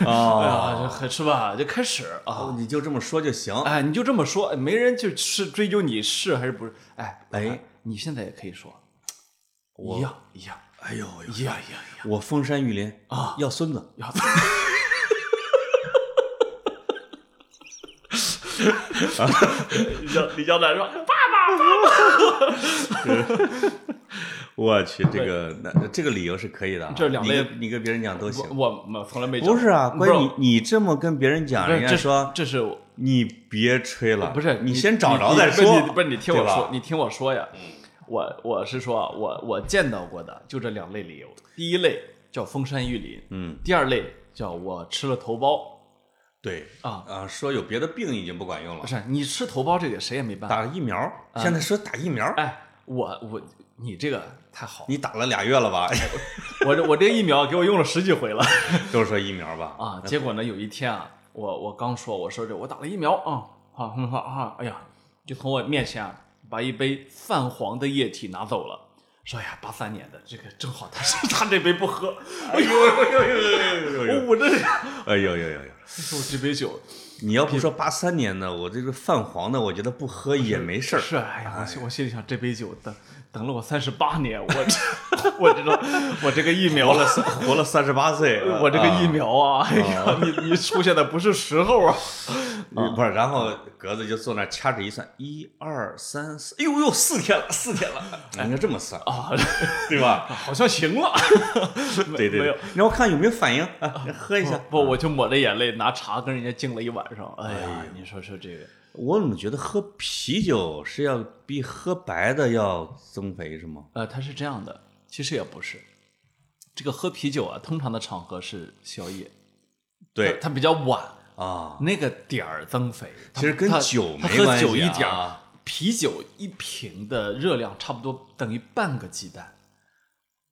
哎啊，呀，这是吧？就开始啊，哦，你就这么说就行。哎，你就这么说，没人就是追究你是还是不是？哎哎，你现在也可以说，一样一样哎呦，一样一样一样我封山育林啊，要孙子，要李江李江南说：“爸我去，这个那这个理由是可以的啊。这两类你跟你跟别人讲都行，我我从来没不是啊？关不键是你你这么跟别人讲，不是人家这说这是我你别吹了，不是你先找着再不是说你，不是你听对我吧嗯说，，你听我说呀，我我是说啊，我我见到过的就这两类理由，第一类叫封山育林，嗯，第二类叫我吃了头孢对啊，啊，说有别的病已经不管用了不，是啊你吃头孢这个谁也没办法，打疫苗，现在说打疫苗，哎，我我你这个太好了，你打了俩月了吧？ 我这我这疫苗给我用了十几回了。都说疫苗吧？啊，结果呢，有一天啊，我我刚说，我说这我打了疫苗啊，啊，他们说啊，哎呀，就从我面前啊把一杯泛黄的液体拿走了，说哎呀，八三年的这个正好他 是他这杯不喝，哎呦，哎呦呦呦呦呦呦！我这哎呦呦呦呦！我这杯酒你要不说八三年的，我这个泛黄的，我觉得不喝也没事儿。啊是哎呀，我心我心里想这杯酒等等了我三十八年，我这 我这个我这个疫苗，活了三活了三十八岁我这个啊疫苗呃啊，哎呀，你你出现的不是时候啊！不是，然后格子就坐那儿掐指一算，一二三四，哎呦呦，四天了，四天了， 哎应该这么算，啊，对吧？好像行了，对对没有对，然后看有没有反应，啊喝一下。不，我就抹着眼泪拿茶跟人家敬了一晚上。哎呀，你说说这个，我怎么觉得喝啤酒是要比喝白的要增肥是吗？呃，它是这样的，其实也不是。这个喝啤酒啊，通常的场合是宵夜，对它它比较晚，啊，那个点儿增肥，它其实跟它酒它没喝关系酒一点儿啊啤酒一瓶的热量差不多等于半个鸡蛋，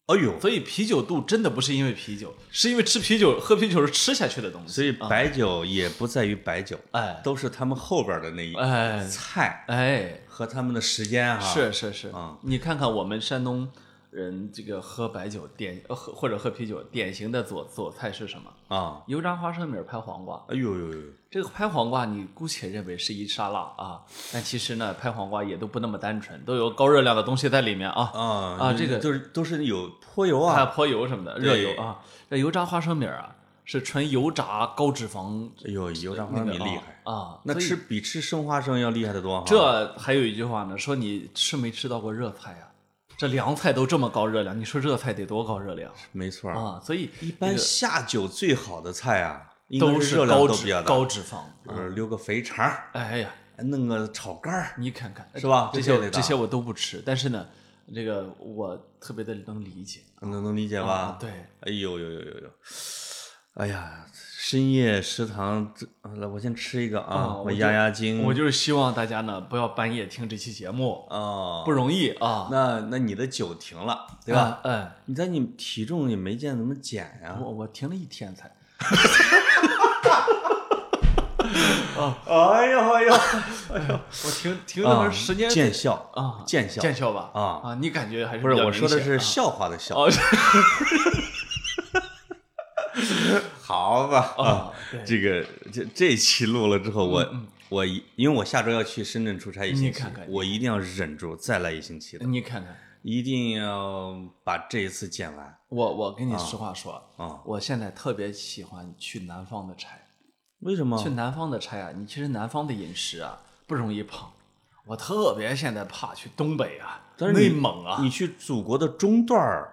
哎呦，所以啤酒肚真的不是因为啤酒，是因为吃啤酒、喝啤酒是吃下去的东西。所以白酒也不在于白酒，哎都是他们后边的那一哎菜哎，和他们的时间啊。是是是啊，你看看我们山东人这个喝白酒典呃喝或者喝啤酒，典型的佐佐菜是什么？啊，油炸花生米儿拍黄瓜。哎呦呦呦，这个拍黄瓜，你姑且认为是一沙拉啊，但其实呢，拍黄瓜也都不那么单纯，都有高热量的东西在里面啊。啊啊这个就是都是有泼油还啊有，泼油什么的，热对油啊。这油炸花生米儿啊，是纯油炸高脂肪哎呦，油炸花那生个米啊厉害，啊。那所以吃比吃生花生要厉害的多哈。这还有一句话呢，说你吃没吃到过热菜啊？这凉菜都这么高热量，你说热菜得多高热量没错儿，啊？所以一般下酒最好的菜啊，应该都热量高都比脂较大，高脂肪。就是溜个肥肠儿，哎呀，弄个炒肝儿，你看看是吧这这些些得这打些我都不吃，但是呢，这个我特别的能理解能能理解吧？啊。对，哎呦呦呦呦呦！哎呀，深夜食堂，这啊来我先吃一个啊，啊我我就压压惊。我就是希望大家呢不要半夜听这期节目，啊，不容易啊，那那你的酒停了，对吧？啊？哎。你在你体重也没见怎么减呀、我我停了一天 才，哎呦哎呦，我停停那么啊时间见效啊，见效见效吧啊啊，你感觉还是不是比较我说的明显是啊笑话的笑，哦哦 好吧啊啊，对这个这这一期录了之后，我我一因为我下周要去深圳出差一星你期看看，我一定要忍住再来一星期的，你看看一定要把这一次减完我，我跟你实话说，啊！我现在特别喜欢去南方的差，为什么去？南方的差啊，你其实南方的饮食啊不容易胖，我特别现在怕去东北啊，但是内你蒙啊，你去祖国的中段儿，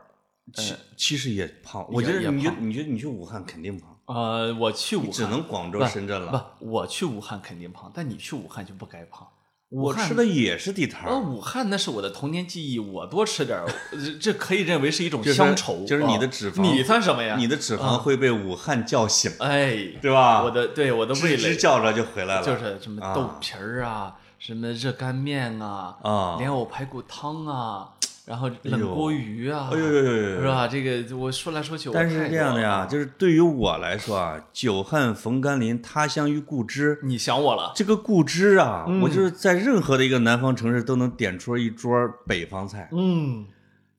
其其实也胖，嗯我觉也得你也觉胖你觉得你去武汉肯定胖，呃，我去武汉只能广州、不深圳了。不，我去武汉肯定胖，但你去武汉就不该胖，武我汉吃的也是地摊呃，儿，武汉那是我的童年记忆，我多吃点儿， 这这可以认为是一种就是乡愁。就是啊你的脂肪你算什么呀？你的脂肪会被武汉叫醒，哎，对吧？我的对我的味吱蕾吱叫着就回来了，就是什么豆皮儿啊，什么热干面啊，啊莲藕排骨汤啊，然后哎冷呦锅鱼啊，哎呦呦呦呦呦是！吧？这个我说来说去，我但是太这样的多了，呀，就是对于我来说啊，久旱逢甘霖，他乡遇故知。你想我了，这个故知啊，嗯我就是在任何的一个南方城市都能点出一桌北方菜。嗯，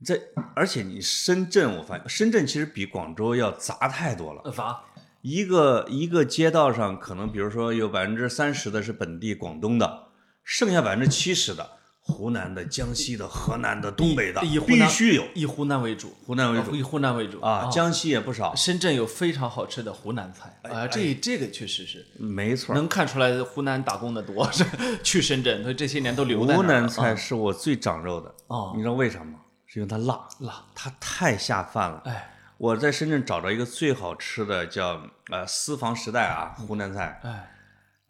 在而且你深圳，我发现深圳其实比广州要杂太多了。啥？一个一个街道上，可能比如说有百分之三十的是本地广东的，剩下百分之七十的湖南的、江西的、河南的、东北的以，哎湖必南须有以湖南为主，湖南为以主湖南为主啊。江西也不少，深圳有非常好吃的湖南菜哎啊，这这个确实是。没错儿。能看出来湖南打工的多，是去深圳，所以这些年都留在那儿湖了啊南菜是我最长肉的哦你知道为啥吗？是因为它辣，辣，它太下饭了。哎我在深圳找着一个最好吃的叫呃私房时代啊，嗯湖南菜。哎，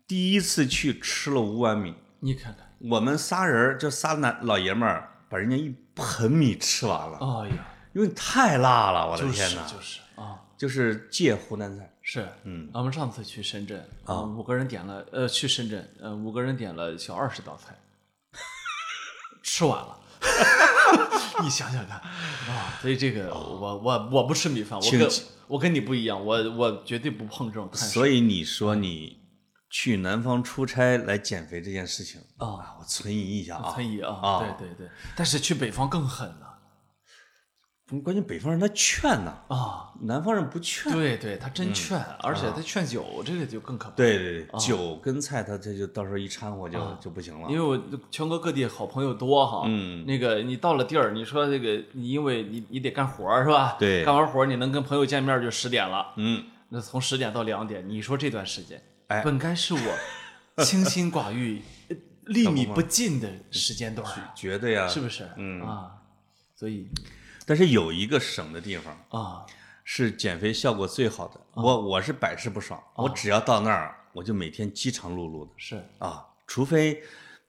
第一次去吃了五碗米，你看看，我们仨人儿就仨男老爷们儿把人家一盆米吃完了，哎呀，因为太辣了，我的就天是哪！就是啊，就是借湖南菜，是，啊嗯，我们上次去深圳啊，五个人点了，呃，去深圳，呃，五个人点了小二十道菜，吃完了。 你想想看啊，所以这个我我我不吃米饭，我请跟我跟你不一样，我我绝对不碰这种碳水所以你说你去南方出差来减肥这件事情啊，啊，我存疑一下啊，存疑啊，啊对对对，但是去北方更狠了。关键北方人他劝呐，啊，南方人不劝。对对，他真劝，而且他劝酒，这个就更可怕。，嗯啊对对对，酒跟菜他这就到时候一掺和就就不行了哦因。为我全国各地好朋友多哈，嗯那个你到了地儿，你说这个，你因为你你得干活儿是吧？对干完活儿你能跟朋友见面就十点了，嗯，那从十点到两点，你说这段时间，哎本该是我清心寡欲、呃粒米不进的时间段儿啊，绝对啊。是不是？嗯啊，所以但是有一个省的地方啊，是减肥效果最好的，哦我我是百试不爽，我只要到那儿我就每天饥肠辘辘的。是啊，除非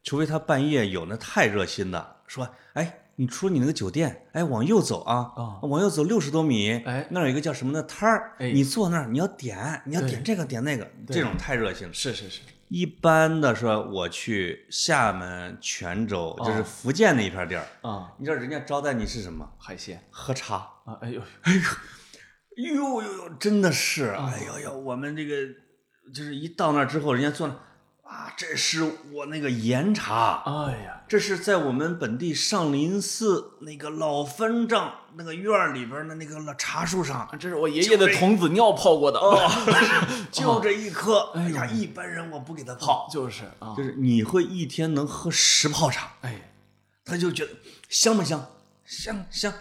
除非他半夜有那太热心的说，哎，你出你那个酒店，哎，往右走啊，啊往右走六十多米，哎那儿有一个叫什么的摊儿，哎你坐那儿你要点，你要对点这个点那个，这种太热心了。是是是，一般的说，我去厦门、泉州，就是福建那一片地儿，啊，你知道人家招待你是什么？海鲜喝茶。啊，哎呦，呦呦呦，真的是，哎呦呦，我们这个就是一到那儿之后，人家坐那，啊，这是我那个岩茶，哎呀，这是在我们本地上林寺那个老方丈那个院儿里边的那个老茶树上，这是我哦爷爷的童子尿泡过的， 就这一颗，哎呀，一般人我不给他泡，就是啊就，是你会一天能喝十泡茶，哎，他就觉得香不香？香香。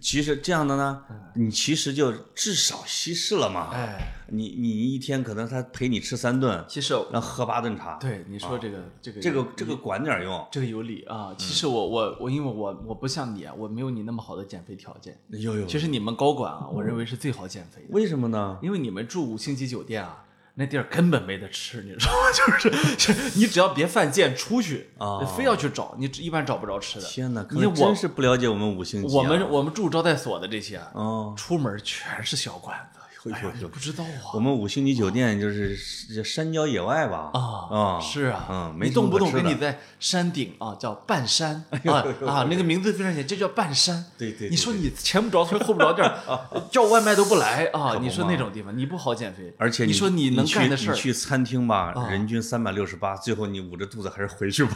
其实这样的呢，你其实就至少稀释了嘛。哎，你你一天可能他陪你吃三顿，其实然后喝八顿茶。，对你说这个这个啊这个嗯这个管点儿用，这个有理啊。其实我我我因为我我不像你，啊，我没有你那么好的减肥条件。有有其实你们高管啊，我认为是最好减肥的，为什么呢？因为你们住五星级酒店啊。那地儿根本没得吃，你知道吗？ 就是就是你只要别犯贱出去啊非要去找，你一般找不着吃的。天哪，可你能真我是不了解我们五星级我啊。们我们住招待所的这些啊，哦，出门全是小馆子，呦呃哎呀你呦不知道啊，我们五星级酒店就是这山郊野外吧？啊啊，是啊，嗯，没你什动么不动可吃给的哎你在山顶啊，叫半山啊啊，那个名字非常简，这叫半山。对对对啊你说你前不着村后不着店儿， 叫外卖都不来啊！你说嘛那种地方你不好减肥，而且你说你能去干的事儿啊你，去餐厅吧，人均三百六十八，最后你捂着肚子还是回去吧。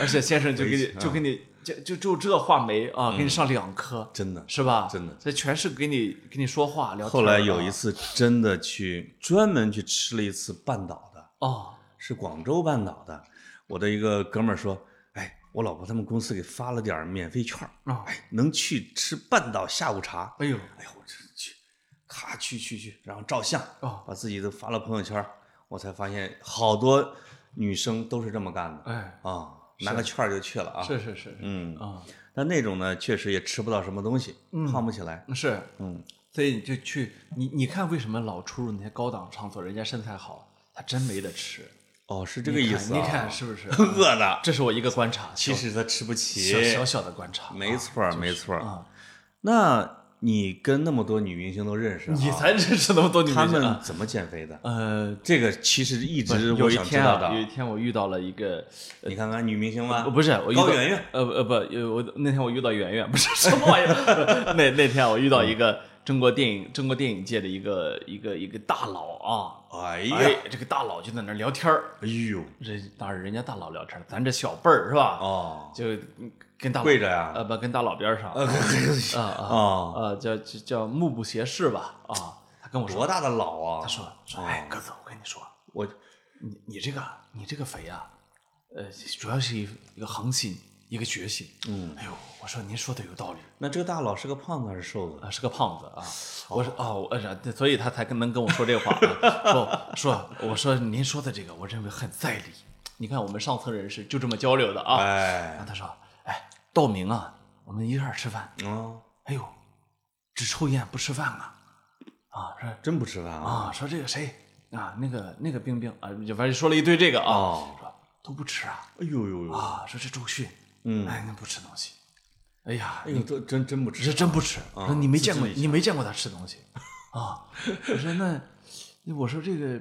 而且先生就给嗯你就给你就就就这话梅啊，给你上两颗，真的。是吧？真的这全是给你给你说话聊天儿啊。后来有一次真的去专门去吃了一次半岛的，哦是广州半岛的。我的一个哥们儿说：“哎，我老婆他们公司给发了点儿免费券儿，啊，哎，能去吃半岛下午茶。哎呦”哎呦，我这去，咔去去去，然后照相，哦把自己都发了朋友圈儿。我才发现好多女生都是这么干的哎，啊，拿个券儿就去了啊。是是是嗯，啊，但那种呢，确实也吃不到什么东西，胖不起来。是嗯，所以你就去你你看为什么老出入那些高档场所，人家身材好，他真没得吃，哦，是这个意思、啊你看是 不是？饿的，这是我一个观察，其实他吃不起小小小小的观察，没错儿，没错儿。啊那你跟那么多女明星都认识、啊，你才认识那么多女他明星们啊。怎么减肥的？呃，这个其实一不直是我有一想知天道啊，有一的。天我遇到了一个，你看看女明星吗？呃，不是我遇到高圆圆，呃不呃不，呃我那天我遇到圆圆，不是什么玩意儿，那那天我遇到一个中国电影中国电影界的一个一个一个大佬啊，哎哎呀，，这个大佬就在那儿聊天儿，哎呦，这当然人家大佬聊天儿，咱这小辈儿是吧？ 哦，就跟大佬跪着呀呃不跟大佬边儿上啊啊哦，呃，叫叫叫目不斜视吧，啊，他跟我说，多大的佬啊！他说说，哎，鸽子，我跟你说，我你你这个你这个肥啊，呃，主要是一一个恒心，一个决心。嗯，哎呦，我说您说的有道理那这个大佬是个胖子还是瘦子？啊，是个胖子啊，我说哦，我然所以他才跟能跟我说这话啊，说说我说您说的这个，我认为很在理。你看我们上层人士就这么交流的啊。然哎后，他说，哎，道明啊，我们一块儿吃饭，哦，哎呦，只抽烟不吃饭啊！啊，说真不吃饭啊？啊，说这个谁啊，那个那个冰冰啊，就反正说了一堆这个啊，哦说都不吃啊哎呦呦呦，啊，说这周迅，嗯哎，那不吃东西，哎呀哎，呦，这真真不吃这真不吃，哎说你没见啊过你没见过他吃东西啊，我说那我说这个。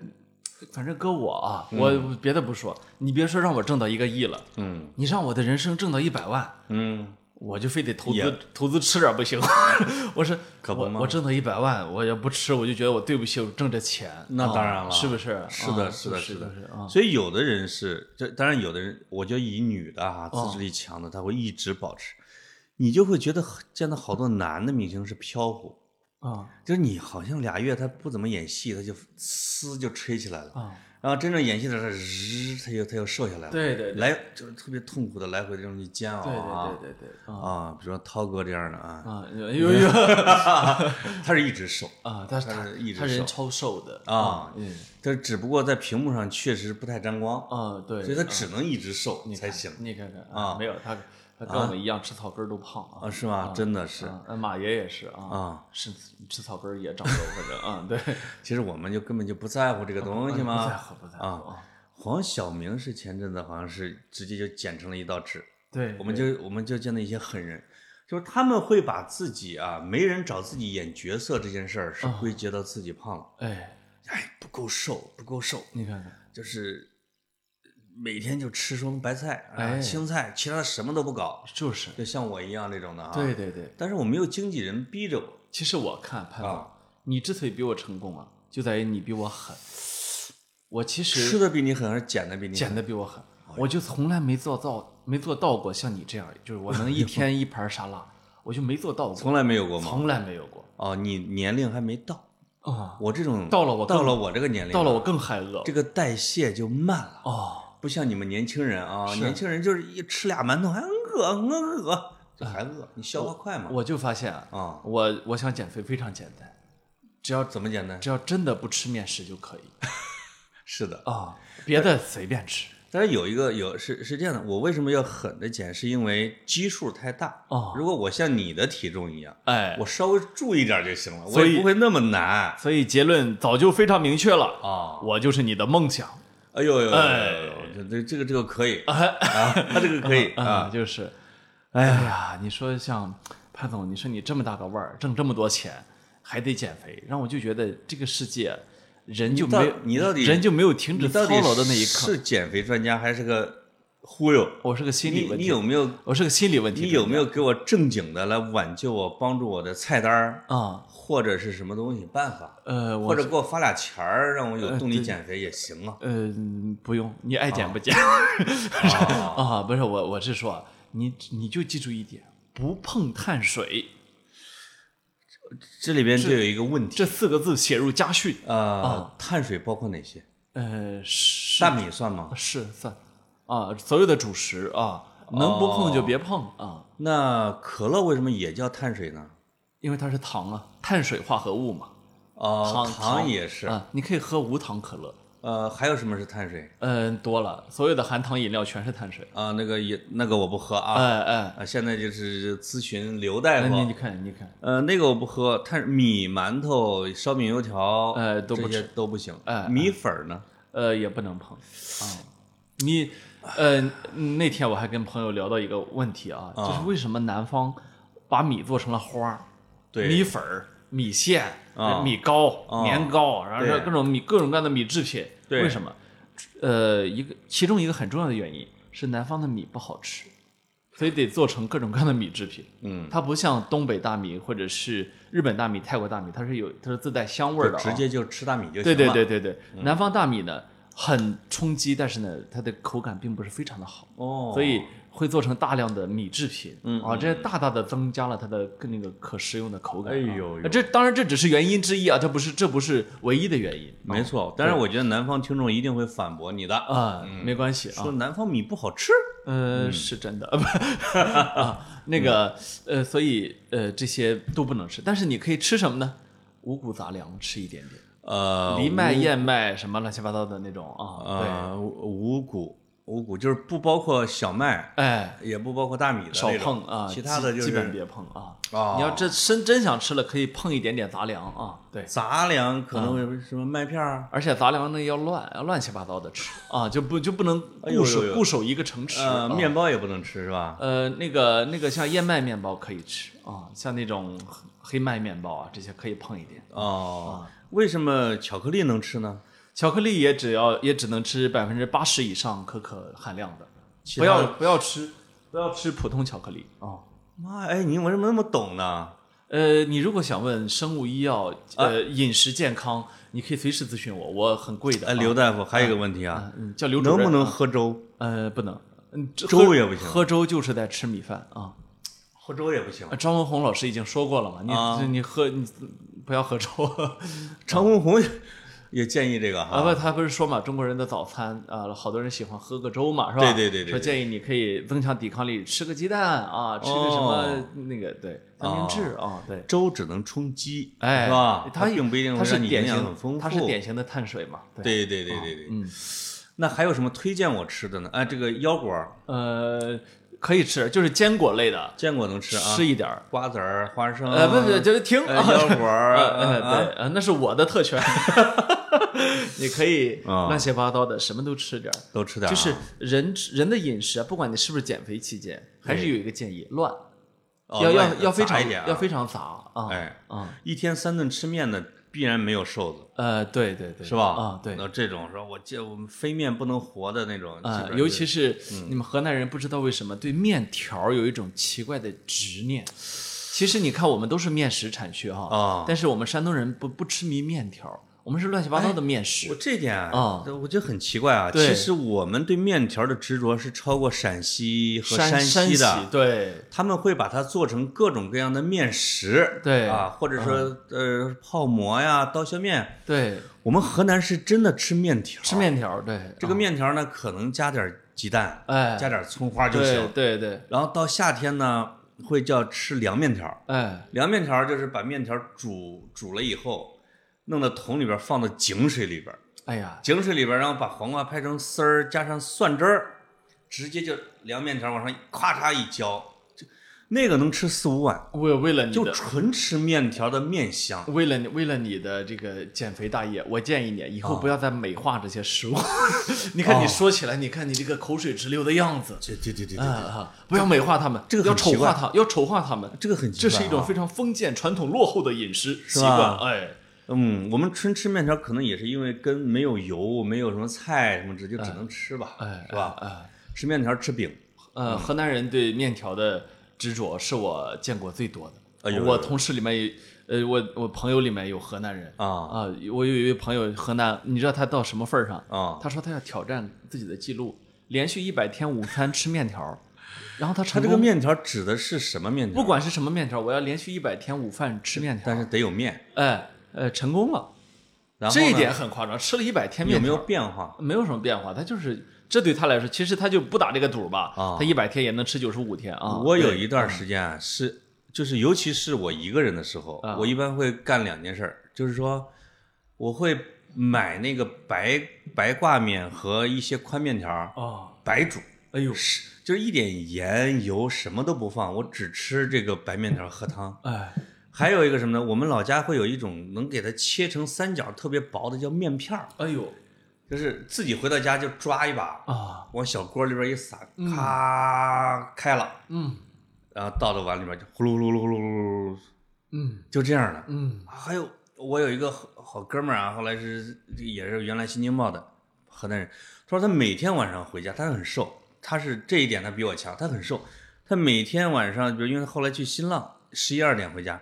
反正搁我啊，我别的不说，你别说让我挣到一个亿了，嗯你让我的人生挣到一百万，嗯，我就非得投也资投资吃点不行？ 我说可不我嘛我挣到一百万，我要不吃，我就觉得我对不起我挣这钱。那啊当然了是不是？是的啊是的就是的就是啊，所以有的哦人是，这当然有的人，我觉得以女的啊，自制力强的，她会一直保持。你就会觉得很见到好多男的明星是飘忽，啊就是你好像俩月他不怎么演戏，他就呲就吹起来了，啊，然后真正演戏的时候，日他又他又瘦下来了，对对对来就是特别痛苦的来回这种去煎熬对啊，对对对对啊啊，比如说涛哥这样的啊，啊，呦呦呦 他是一直瘦啊，但是他他是一直他人瘦超瘦的啊，嗯但只不过在屏幕上确实不太沾光，啊，对，所以他啊只能一直瘦才行你看看啊没有他，他跟我们一样吃草根儿都胖啊，是吗？真的是啊，呃马爷也是啊，啊，吃吃草根儿也长肉，反正啊，对，其实我们就根本就不在乎这个东西不在嘛。乎不在乎啊，黄晓明是前阵子好像是直接就剪成了一道纸，对，我们对就我们就见到一些狠人，就是他们会把自己啊没人找自己演角色这件事儿是归结到自己胖了，哎，哎，不够瘦，不够瘦，你看看，就是每天就吃双白菜啊哎青菜，其他的什么都不搞，就是，就像我一样这种的啊。对，对对，但是我没有经纪人逼着我，其实我看潘啊总，你之所以比我成功啊，就在于你比我狠，我其吃实的比你狠还是减的比你狠减？的比我狠，我就从来没做到没做到过像你这样，就是我能一天一盘沙拉，我就没做到过，从来没有过吗？从来没有过哦，你年龄还没到，啊，我这种到了我更到了我这个年龄，到了我更害饿这个代谢就慢了，哦，不像你们年轻人啊，是年轻人就是一吃俩馒头还饿饿饿，就还饿，你消化快嘛。哎我就发现啊，啊，我我想减肥非常简单，只要怎么简单？只要真的不吃面食就可以是的，啊，别的随便吃但是有一个有是是这样的，我为什么要狠的减？是因为基数太大。哦如果我像你的体重一样，哎。我稍微注意点就行了，我所以也不会那么难所以结论早就非常明确了，啊。我就是你的梦想。哎呦呦呦呦哎呦呦，这这这个这个可以啊，他这个可以啊，啊，就是，哎呀，你说像潘总，你说你这么大个腕儿，挣这么多钱，还得减肥，让我就觉得这个世界人就没有，你到底人就没有停止你操到底劳的那一刻。是减肥专家还是个忽悠？我是个心理你问你题，有没有我是个心理问题。啊你有没有给我正经的来挽救我、帮助我的菜单儿啊？或者是什么东西办法？呃，或我者给我发俩钱儿，让我有动力减肥也行啊。呃不用，你爱减不减 啊啊？ 不是我，我是说你你就记住一点，不碰碳水这里边就有一个问题这四个字写入家训。啊，碳水包括哪些？呃，是大米算吗？啊是算啊，所有的主食啊，能不碰哦就别碰、啊，那可乐为什么也叫碳水呢？因为它是糖啊，碳水化合物嘛。啊，糖糖也是。啊，你可以喝无糖可乐。呃，还有什么是碳水？嗯，多了，所有的含糖饮料全是碳水。啊，那个也那个我不喝啊。哎哎，啊，现在就是咨询刘大那呃你你夫。看你看，呃，那个我不喝，碳米、馒头、烧饼、油条，哎都不这些都不行。哎哎米粉儿呢？呃，也不能碰啊。你呃，那天我还跟朋友聊到一个问题啊，就是为什么南方把米做成了花儿对米粉儿、米线、呃啊米糕、啊年糕，然后对各种米各种各样的米制品，对为什么？呃，一个其中一个很重要的原因是南方的米不好吃，所以得做成各种各样的米制品。嗯，它不像东北大米或者是日本大米、泰国大米，它是有它是自带香味儿的、啊，直接就吃大米就行了。嗯对对对对对，南方大米呢很冲击，但是呢，它的口感并不是非常的好，哦，嗯所以会做成大量的米制品，啊，这大大的增加了它的那个可食用的口感、啊。哎呦呦这当然这只是原因之一啊，这不是这不是唯一的原因没哦错。但是我觉得南方听众一定会反驳你的，啊，没关系啊，说嗯南方米不好吃。呃，是真的， 不啊，那个嗯呃，所以呃这些都不能吃，但是你可以吃什么呢？五谷杂粮吃一点点，呃，藜麦、燕麦什么乱七八糟的那种啊，呃，五五谷五谷就是不包括小麦，对，哎。也不包括大米的少那种碰啊，其他的基就基本是别碰啊。啊你要真真真想吃了，可以碰一点点杂粮啊。对，杂粮，啊可能有什么麦片儿。而且杂粮呢要乱乱七八糟的吃啊，就不就不能哎呦固守呦呦固守一个城池。呃，啊面包也不能吃是吧？呃，那个那个像燕麦面包可以吃啊，像那种黑黑麦面包啊，这些可以碰一点。啊哦，为什么巧克力能吃呢？巧克力也只要也只能吃百分之八十以上可可含量的，其不他要的不要吃不要吃普通巧克力啊。妈呀，哎，你怎么那么懂呢？呃，你如果想问生物医啊药、呃饮食健康，你可以随时咨询我，我很贵的。哎，啊刘大夫，还有一个问题啊，嗯，叫刘主能任不能啊喝粥？呃，不能，嗯，这粥喝也不行喝粥就是在吃米饭啊。喝粥也不行啊。张文宏老师已经说过了嘛，你、啊你喝你不要喝 粥张文宏也也建议这个啊哈，不，他不是说嘛，中国人的早餐啊，好多人喜欢喝个粥嘛，是吧？对对对对说建议你可以增强抵抗力，吃个鸡蛋啊，吃个什哦么那个对，三明治啊，对，粥只能充饥，哎，是吧？它并不一定它会是让你典营型养很丰富。它是典型的碳水嘛，对。对对对对对。嗯，那还有什么推荐我吃的呢？啊，这个腰果儿呃，可以吃，就是坚果类的，坚果能吃啊，嗯吃一点儿。瓜子儿、花生，呃，不不，就是停。呃腰果儿， 呃，啊对，呃，那是我的特权， 你可以啊乱七八糟的什么都吃点儿。都吃点儿就啊，是人人的饮食啊，不管你是不是减肥期间，还是有一个建议，乱，哦要乱要要非杂常一点啊，要非常杂啊，哎啊，一天三顿吃面的必然没有瘦子，呃，对对对，是吧？啊，对，那这种说我这我们非面不能活的那种，基本啊上，就嗯尤其是你们河南人不知道为什么对面条儿有一种奇怪的执念。其实你看，我们都是面食产区哈，啊但是我们山东人不不痴迷面条儿，我们是乱七八糟的面食。哎我这点啊我觉得很奇怪啊。对其实我们对面条的执着是超过陕西和山西西的，对，他们会把它做成各种各样的面食，对嗯啊，或者说呃泡馍呀、刀削面。对，我们河南是真的吃面条，吃面条儿，对，这个啊面条呢，可能加点鸡蛋，哎加点葱花就对行。对对，然后到夏天呢，会叫吃凉面条。哎，凉面条就是把面条煮煮了以后，弄到桶里边放到井水里边，哎呀，井水里边，然后把黄瓜拍成丝儿，加上蒜汁儿，直接就凉面条往上咔嚓一浇，这那个能吃四五碗，为为了你就的，纯吃面条的面香。为了你，为了你的这个减肥大业，我建议你以哦后不要再美化这些 食物。你看你说起来，你看你这个口水直流的样子，对对对对啊啊！不要美化他们，嗯这个要很丑奇怪化他，要丑化他们，这个很奇这怪啊是一种非常封建、传统、落后的饮食习吧惯。哎，嗯，我们纯吃面条可能也是因为跟没有油、没有什么菜什么之，就只能吃吧，哎是吧？哎，吃面条吃饼，呃，河南人对面条的执着是我见过最多的。哎呦我同事里面有，呃，我我朋友里面有河南人啊我有一位朋友河南，你知道他到什么份儿上啊他说他要挑战自己的记录，连续一百天午餐吃面条儿，然后他它成这个功。面条指的是什么面条？不，管是什么面条儿，我要连续一百天午饭吃面条儿，但是得有面。哎呃成功了。然后这一呢点很夸张，吃了一百天面有没有条变化？没有什么变化，他就是这对他来说，其实他就不打这个赌吧，啊他一百天也能吃九十五天啊。我有对一段时间啊，是就是尤其是我一个人的时候，啊我一般会干两件事儿，就是说我会买那个白白挂面和一些宽面条儿哦，白煮，哎呦，就是一点盐油什么都不放，我只吃这个白面条儿喝汤。哎，还有一个什么呢？我们老家会有一种能给它切成三角特别薄的叫面片儿，哎呦就是自己回到家就抓一把，啊，往小锅里边一撒，咔开了。嗯然后倒到碗里面就呼噜呼噜呼噜呼噜，嗯就这样的。嗯，还有我有一个好好哥们儿啊，后来是也是原来新京报的河南人，他说他每天晚上回家，他很瘦，他是这一点他比我强，他很瘦，他每天晚上，比如因为他后来去新浪，十一二点回家，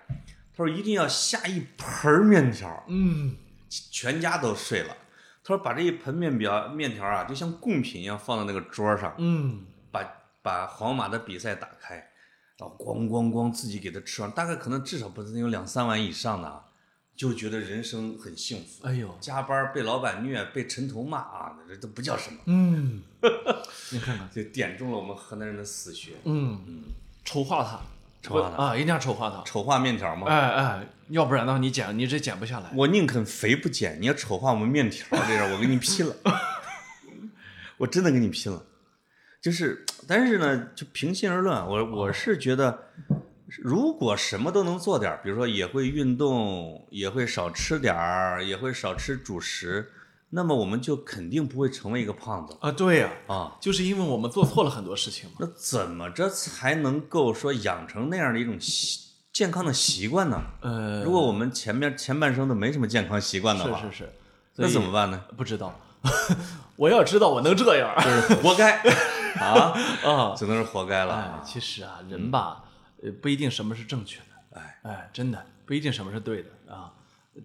他说一定要下一盆儿面条，嗯，全家都睡了。他说把这一盆面表面条啊，就像贡品一样放到那个桌上，嗯，把把皇马的比赛打开，然后咣咣咣自己给他吃完，大概可能至少不是有两三碗以上的啊，就觉得人生很幸福。哎呦，加班被老板虐，被陈头骂啊，这都不叫什么，嗯，你看看，就点中了我们河南人的死穴。嗯，丑化他，丑化他啊，一定要丑化他，丑化面条吗？哎哎，要不然的话你减，你这减不下来。我宁肯肥不减，你要丑化我们面条这事儿，我跟你 拼了！我真的跟你拼了！就是，但是呢，就平心而论啊，我我是觉得，如果什么都能做点儿，比如说也会运动，也会少吃点儿，也会少吃主食，那么我们就肯定不会成为一个胖子啊，对呀，啊。就是因为我们做错了很多事情嘛。那怎么着才能够说养成那样的一种习健康的习惯呢？呃，如果我们前面前半生都没什么健康习惯的话，是是是，那所以怎么办呢？不知道， 我要知道我能这样儿就是活 该啊，啊。只能是活该了哎，啊。其实啊，人吧，呃，不一定什么是正确的，哎哎，真的不一定什么是对的啊。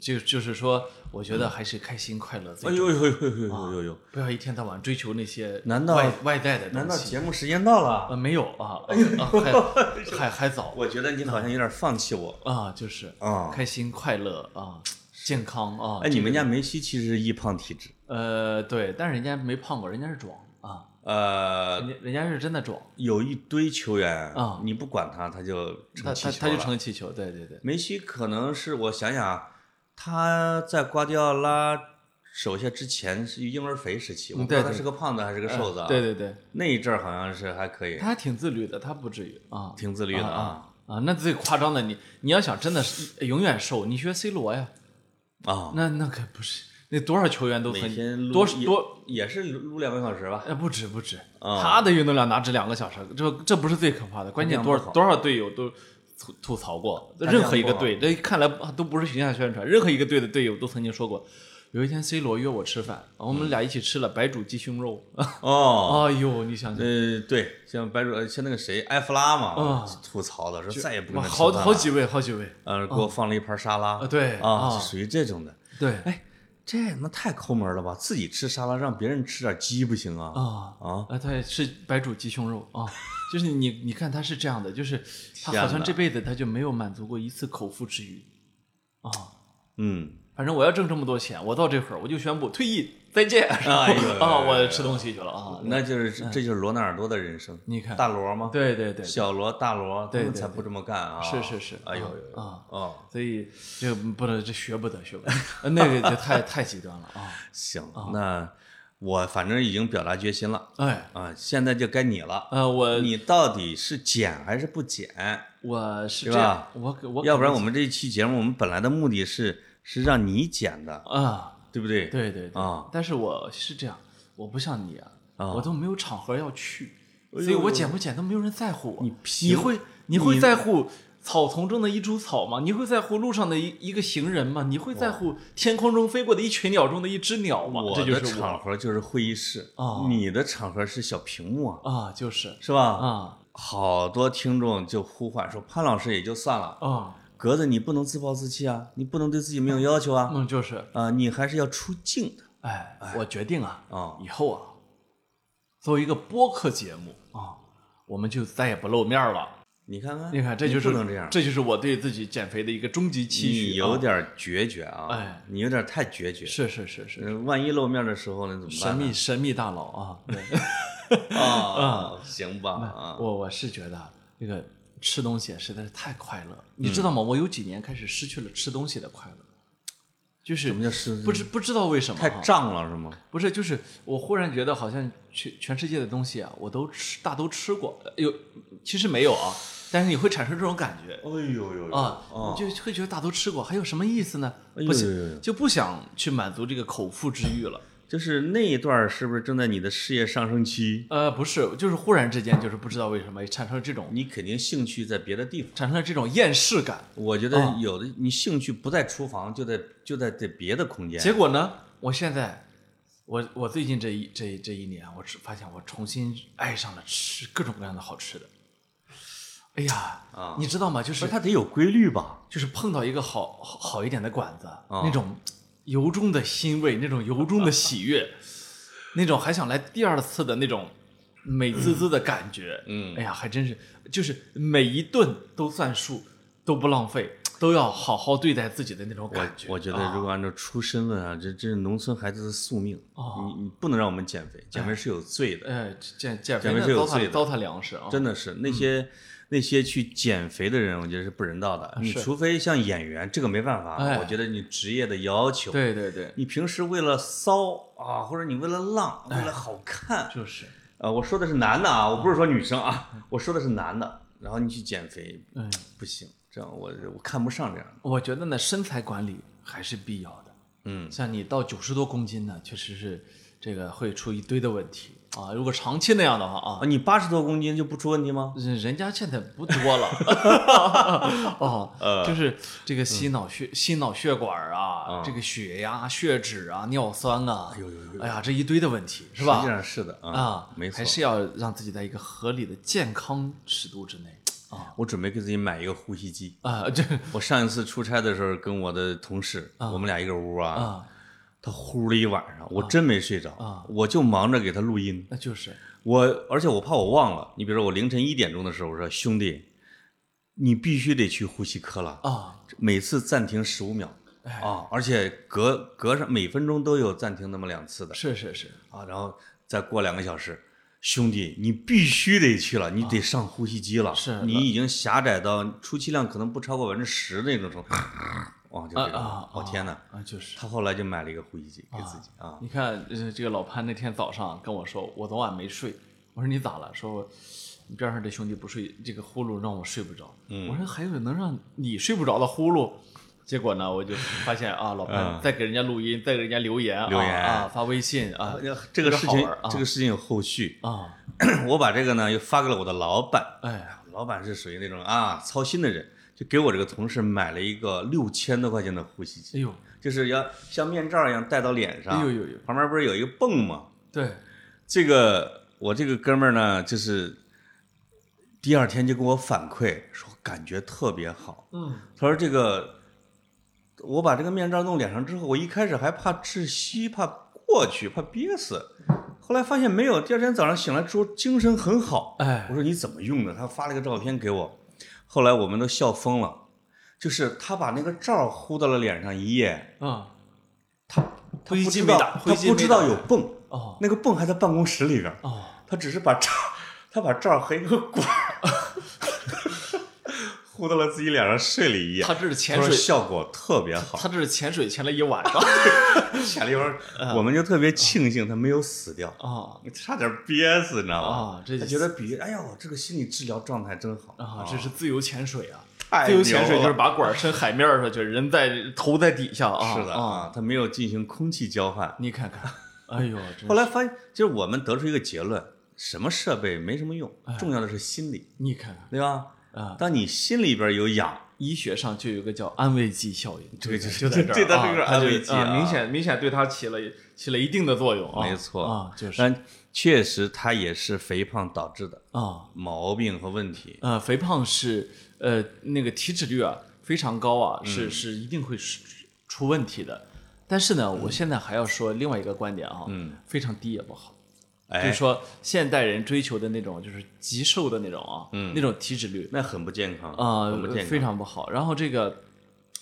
就就是说，我觉得还是开心快乐哎最重呦要，呦呦呦呦呦呦！不要一天到晚追求那些难道外外在的东西？难道节目时间到了？呃没有啊？哎啊 还还还早我觉得你好像有点放弃我啊，就是啊！开心快乐啊，健康啊。哎，你们家梅西其实是易胖体质，呃，对，但是人家没胖过，人家是壮啊，人呃，家人家是真的壮，有一堆球员啊你不管他，他就他成气他球他就了。成了气球，对对对，梅西可能是我想想啊，他在瓜迪奥拉手下之前是婴儿肥时期，嗯我不知对道他对是个胖子还是个瘦子啊。对对对，那一阵儿好像是还可以，他还挺自律的，他不至于啊，挺自律的啊啊，那最夸张的你，你要想真的是呃永远瘦，你学 C 罗呀，啊，那那可不是，那多少球员都每很天撸多也多，也是撸两个小时吧。呃，不止不止，啊他的运动量拿至两个小时，这这不是最可怕的，关键多不少好多少队友都吐吐槽过，大家任何一个不好队，这看来啊都不是形象宣传，任何一个队的队友都曾经说过。有一天，C 罗约我吃饭，我们俩一起吃了白煮鸡胸肉。哦，哎呦，你想想，呃，对，像白主，呃像那个谁，埃弗拉嘛啊，吐槽的说再也不跟他吃好饭好了几位，好几位。呃，给我放了一盘沙拉啊，对啊，啊是属于这种的。对，哎，这他妈太抠门了吧？自己吃沙拉，让别人吃点鸡不行啊？啊啊啊，对，是白煮鸡胸肉啊，就是你你看他是这样的，就是他天好像哪这辈子他就没有满足过一次口腹之欲啊。嗯，反正我要挣这么多钱，我到这会儿我就宣布退役，再见。 哎呦嗯啊，我吃东西去了啊。那就是这就是罗纳尔多的人生。你看大罗吗？，对对对，小罗、大罗，他对们对才不这么干啊！是是是哎呦啊呦啊哦，所以这不能这学不得，学不得， 呃那个就太太极端了啊。行，那我反正已经表达决心了哎，啊，现在就该你了。呃，我你到底是减还是不减？我是是这样吧，我我要不然我们这一期节目，我们本来的目的是是让你减的，啊，对不对？对对对啊但是我是这样，我不像你啊，啊我都没有场合要去，哎呦所以我剪不剪都没有人在乎我。你你凭会你会在乎草丛中的一株草吗？你会在乎路上的一一个行人吗？你会在乎天空中飞过的一群鸟中的一只鸟吗？我这就的是场我合就是会议室啊你的场合是小屏幕啊，啊，就是是吧？啊好多听众就呼唤说，潘老师也就算了，啊，格子你不能自暴自弃啊，你不能对自己没有要求啊，嗯，就是啊，你还是要出镜的哎，我决定啊，啊。以后啊，作为一个播客节目啊，我们就再也不露面了。你看看，你看，这就是哎你不能这样，就是我对自己减肥的一个终极期许啊。你有点决绝啊，哎，你有点太决绝。是是是是，嗯万一露面的时候呢，怎么神办呢？秘神秘大佬 啊！对啊，行吧啊， 我我是觉得这个吃东西实在是太快乐，你嗯知道吗？我有几年开始失去了吃东西的快乐，就是什么叫失不知不知道为什么太啊胀了是吗？不是，就是我忽然觉得好像全全世界的东西啊，我都吃大都吃过，呃有其实没有啊，但是你会产生这种感觉哎呦呦啊，啊你就会觉得大都吃过，还有什么意思呢？哎呦不呦呦呦想就不想去满足这个口腹之欲了。就是那一段儿是不是正在你的事业上升期？呃，不是，就是忽然之间，就是不知道为什么产生了这种你肯定兴趣在别的地方。产生了这种厌世感。我觉得有的你兴趣不在厨房，就在就在这别的空间。结果呢，我现在，我我最近这一这这一年，我只发现我重新爱上了吃各种各样的好吃的。哎呀，啊你知道吗？就不是是它得有规律吧？就是碰到一个好好好一点的馆子，啊那种由衷的欣慰，那种由衷的喜悦， 那种还想来第二次的那种美滋滋的感觉。嗯哎呀，还真是，就是每一顿都算数，都不浪费，都要好好对待自己的那种感觉。哎我觉得啊如果按照出身论啊，这这是农村孩子的宿命。哦你你不能让我们减肥，减肥是有罪的，呃，减减肥减肥那是有糟罪蹋的糟蹋粮食啊，真的是那些那些去减肥的人，我觉得是不人道的。你是除非像演员，这个没办法，哎我觉得你职业的要求。对对对，你平时为了骚啊，或者你为了浪，哎为了好看，就是，呃，我说的是男的啊，我不是说女生啊，我说的是男的。然后你去减肥，嗯，不行，这样我我看不上这样的。我觉得呢，身材管理还是必要的。嗯，像你到九十多公斤呢，确实是这个会出一堆的问题啊。如果长期那样的话啊啊，，你八十多公斤就不出问题吗？人人家现在不多了， 呃哦，就是这嗯个心脑血、心脑血管啊，这个血压、血脂啊、尿酸啊，哎呦呦呦呦哎呀，这一堆的问题是实际吧？上是的啊，没错还。是要让自己在一个合理的健康尺度之内 啊我准备给自己买一个呼吸机。啊，这我上一次出差的时候，跟我的同事，我们俩一个屋啊，啊，他呼了一晚上，我真没睡着，啊我就忙着给他录音。那就是我而且我怕我忘了，你比如说我凌晨一点钟的时候，我说兄弟，你必须得去呼吸科了，啊，哎每次暂停十五秒啊，而且隔隔上每分钟都有暂停那么两次的是是是，啊，然后再过两个小时。兄弟，你必须得去了，你得上呼吸机了。啊是你已经狭窄到出气量可能不超过百分之十那种程度。哇，就这啊个啊，我天哪！啊就是。他后来就买了一个呼吸机给自己啊。你看，呃这个老潘那天早上跟我说，我昨晚没睡。我说你咋了？说我你边上这兄弟不睡，这个呼噜让我睡不着。嗯我说还有能让你睡不着的呼噜？结果呢，我就发现啊，老潘在给人家录音，在给人家留言，嗯留言哎啊啊，发微信啊，这个事好情玩啊，这个事情有后续。 啊，我把这个呢又发给了我的老板，哎，老板是属于那种啊操心的人，就给我这个同事买了一个六千多块钱的呼吸哎机，呦，就是要像面罩一样戴到脸上。哎呦呦呦，旁边不是有一个泵吗？对，这个我这个哥们儿呢，就是第二天就跟我反馈说感觉特别好，嗯，他说这个我把这个面罩弄脸上之后，我一开始还怕窒息，怕过去，怕憋死。后来发现没有，第二天早上醒来之后精神很好。哎我说你怎么用的？他发了个照片给我，后来我们都笑疯了，就是他把那个罩糊到了脸上一夜，嗯，他灰不机知没道打他灰机不没知道打有泵，哦那个泵还在办公室里边儿，哦，他只是把罩，他把罩和一个管儿 糊到了自己脸上睡了一夜。他这是潜他说水效果特别好，他这是潜水潜了一晚上潜了一会儿，我嗯们就特别庆幸他没有死掉，啊差点憋死，你知道吗？啊，这他觉得比哎呦，这个心理治疗状态真好啊，这是自由潜水啊。太自牛由了潜水就是把管儿伸海面儿上去，人在头在底下啊。是的啊，啊，他没有进行空气交换。你看看，哎呦，真是后来发现，就是我们得出一个结论：什么设备没什么用，重要的是心理，你看看对吧？哎啊，当你心里边有痒，医学上就有一个叫安慰剂效应，对就对就在这儿啊，它对它这个就安慰剂啊啊，明显明显对它起了起了一定的作用啊，没错啊，就是但确实它也是肥胖导致的啊，毛病和问题。呃，肥胖是呃那个体脂率啊非常高啊，是是一定会出出问题的。但是呢，我现在还要说另外一个观点啊，嗯，非常低也不好。就哎是，说现代人追求的那种就是极瘦的那种啊，那种体脂率那很不健康啊、很不健康。非常不好。然后这个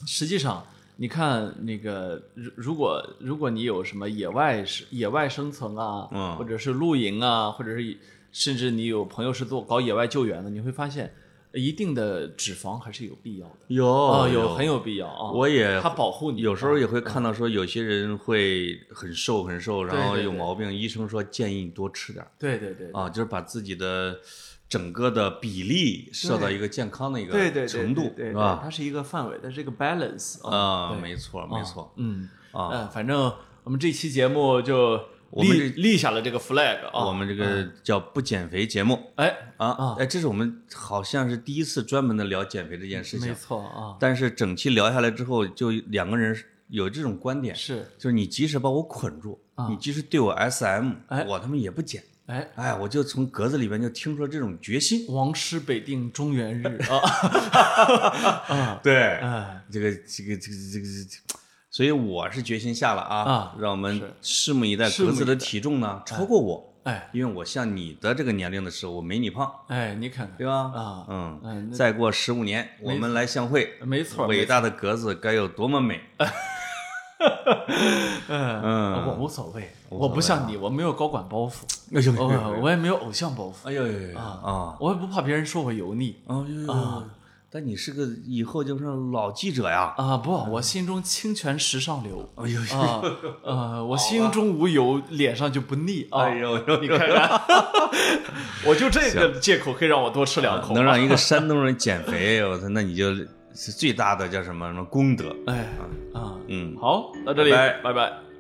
实际上，你看那个，如如果如果你有什么野外是野外生存啊，嗯或者是露营啊，或者是甚至你有朋友是做搞野外救援的，你会发现一定的脂肪还是有必要的哦有啊、有很有必要啊。我也它保护你，啊嗯有时候也会看到说有些人会很瘦很瘦，然后对对有对毛病，医生说建议你多吃点儿对对对啊，就是把自己的整个的比例设到一个健康的一个对对对程度，对对对是吧？它是一个范围，它是一个 balance 啊，对没错没错，嗯啊呃反正我们这期节目就我们立立下了这个 flag 啊。我们这个叫不减肥节目哎，啊，哎，这是我们好像是第一次专门的聊减肥这件事没情，错啊，但是整期聊下来之后，就两个人有这种观点，是啊就是你即使把我捆住，你即使对我 SM，哎我他妈也不减。哎，哎，我就从格子里边就听出了这种决心。王师北定中原日 啊，对，哎，啊这个这个这个这个，所以我是决心下了啊啊，让我们拭目以待。拭目格以子的体重呢超过我，哎因为我像你的这个年龄的时候，我没你胖，哎，你看看对吧？啊嗯，嗯那再过十五年，我们来相会。没错哎伟没大的格子该有多么美！嗯我无所谓，我不像你，我没有高管包 袱，哎呦我我也没有偶像包袱，哎呦呦呦啊！我也不怕别人说我油腻哦呦呦呦！但你是个以后就是老记者呀！啊，不，我心中清泉石上流哎呦呦！ 啊，呃，我心中无油，脸上就不腻啊。哎呦呦！你看看， 我就这个借口可以让我多吃两口。啊能让一个山东人减肥，我操，那你就是最大的叫什么什么功德。哎啊啊，嗯，好，到这里，拜拜拜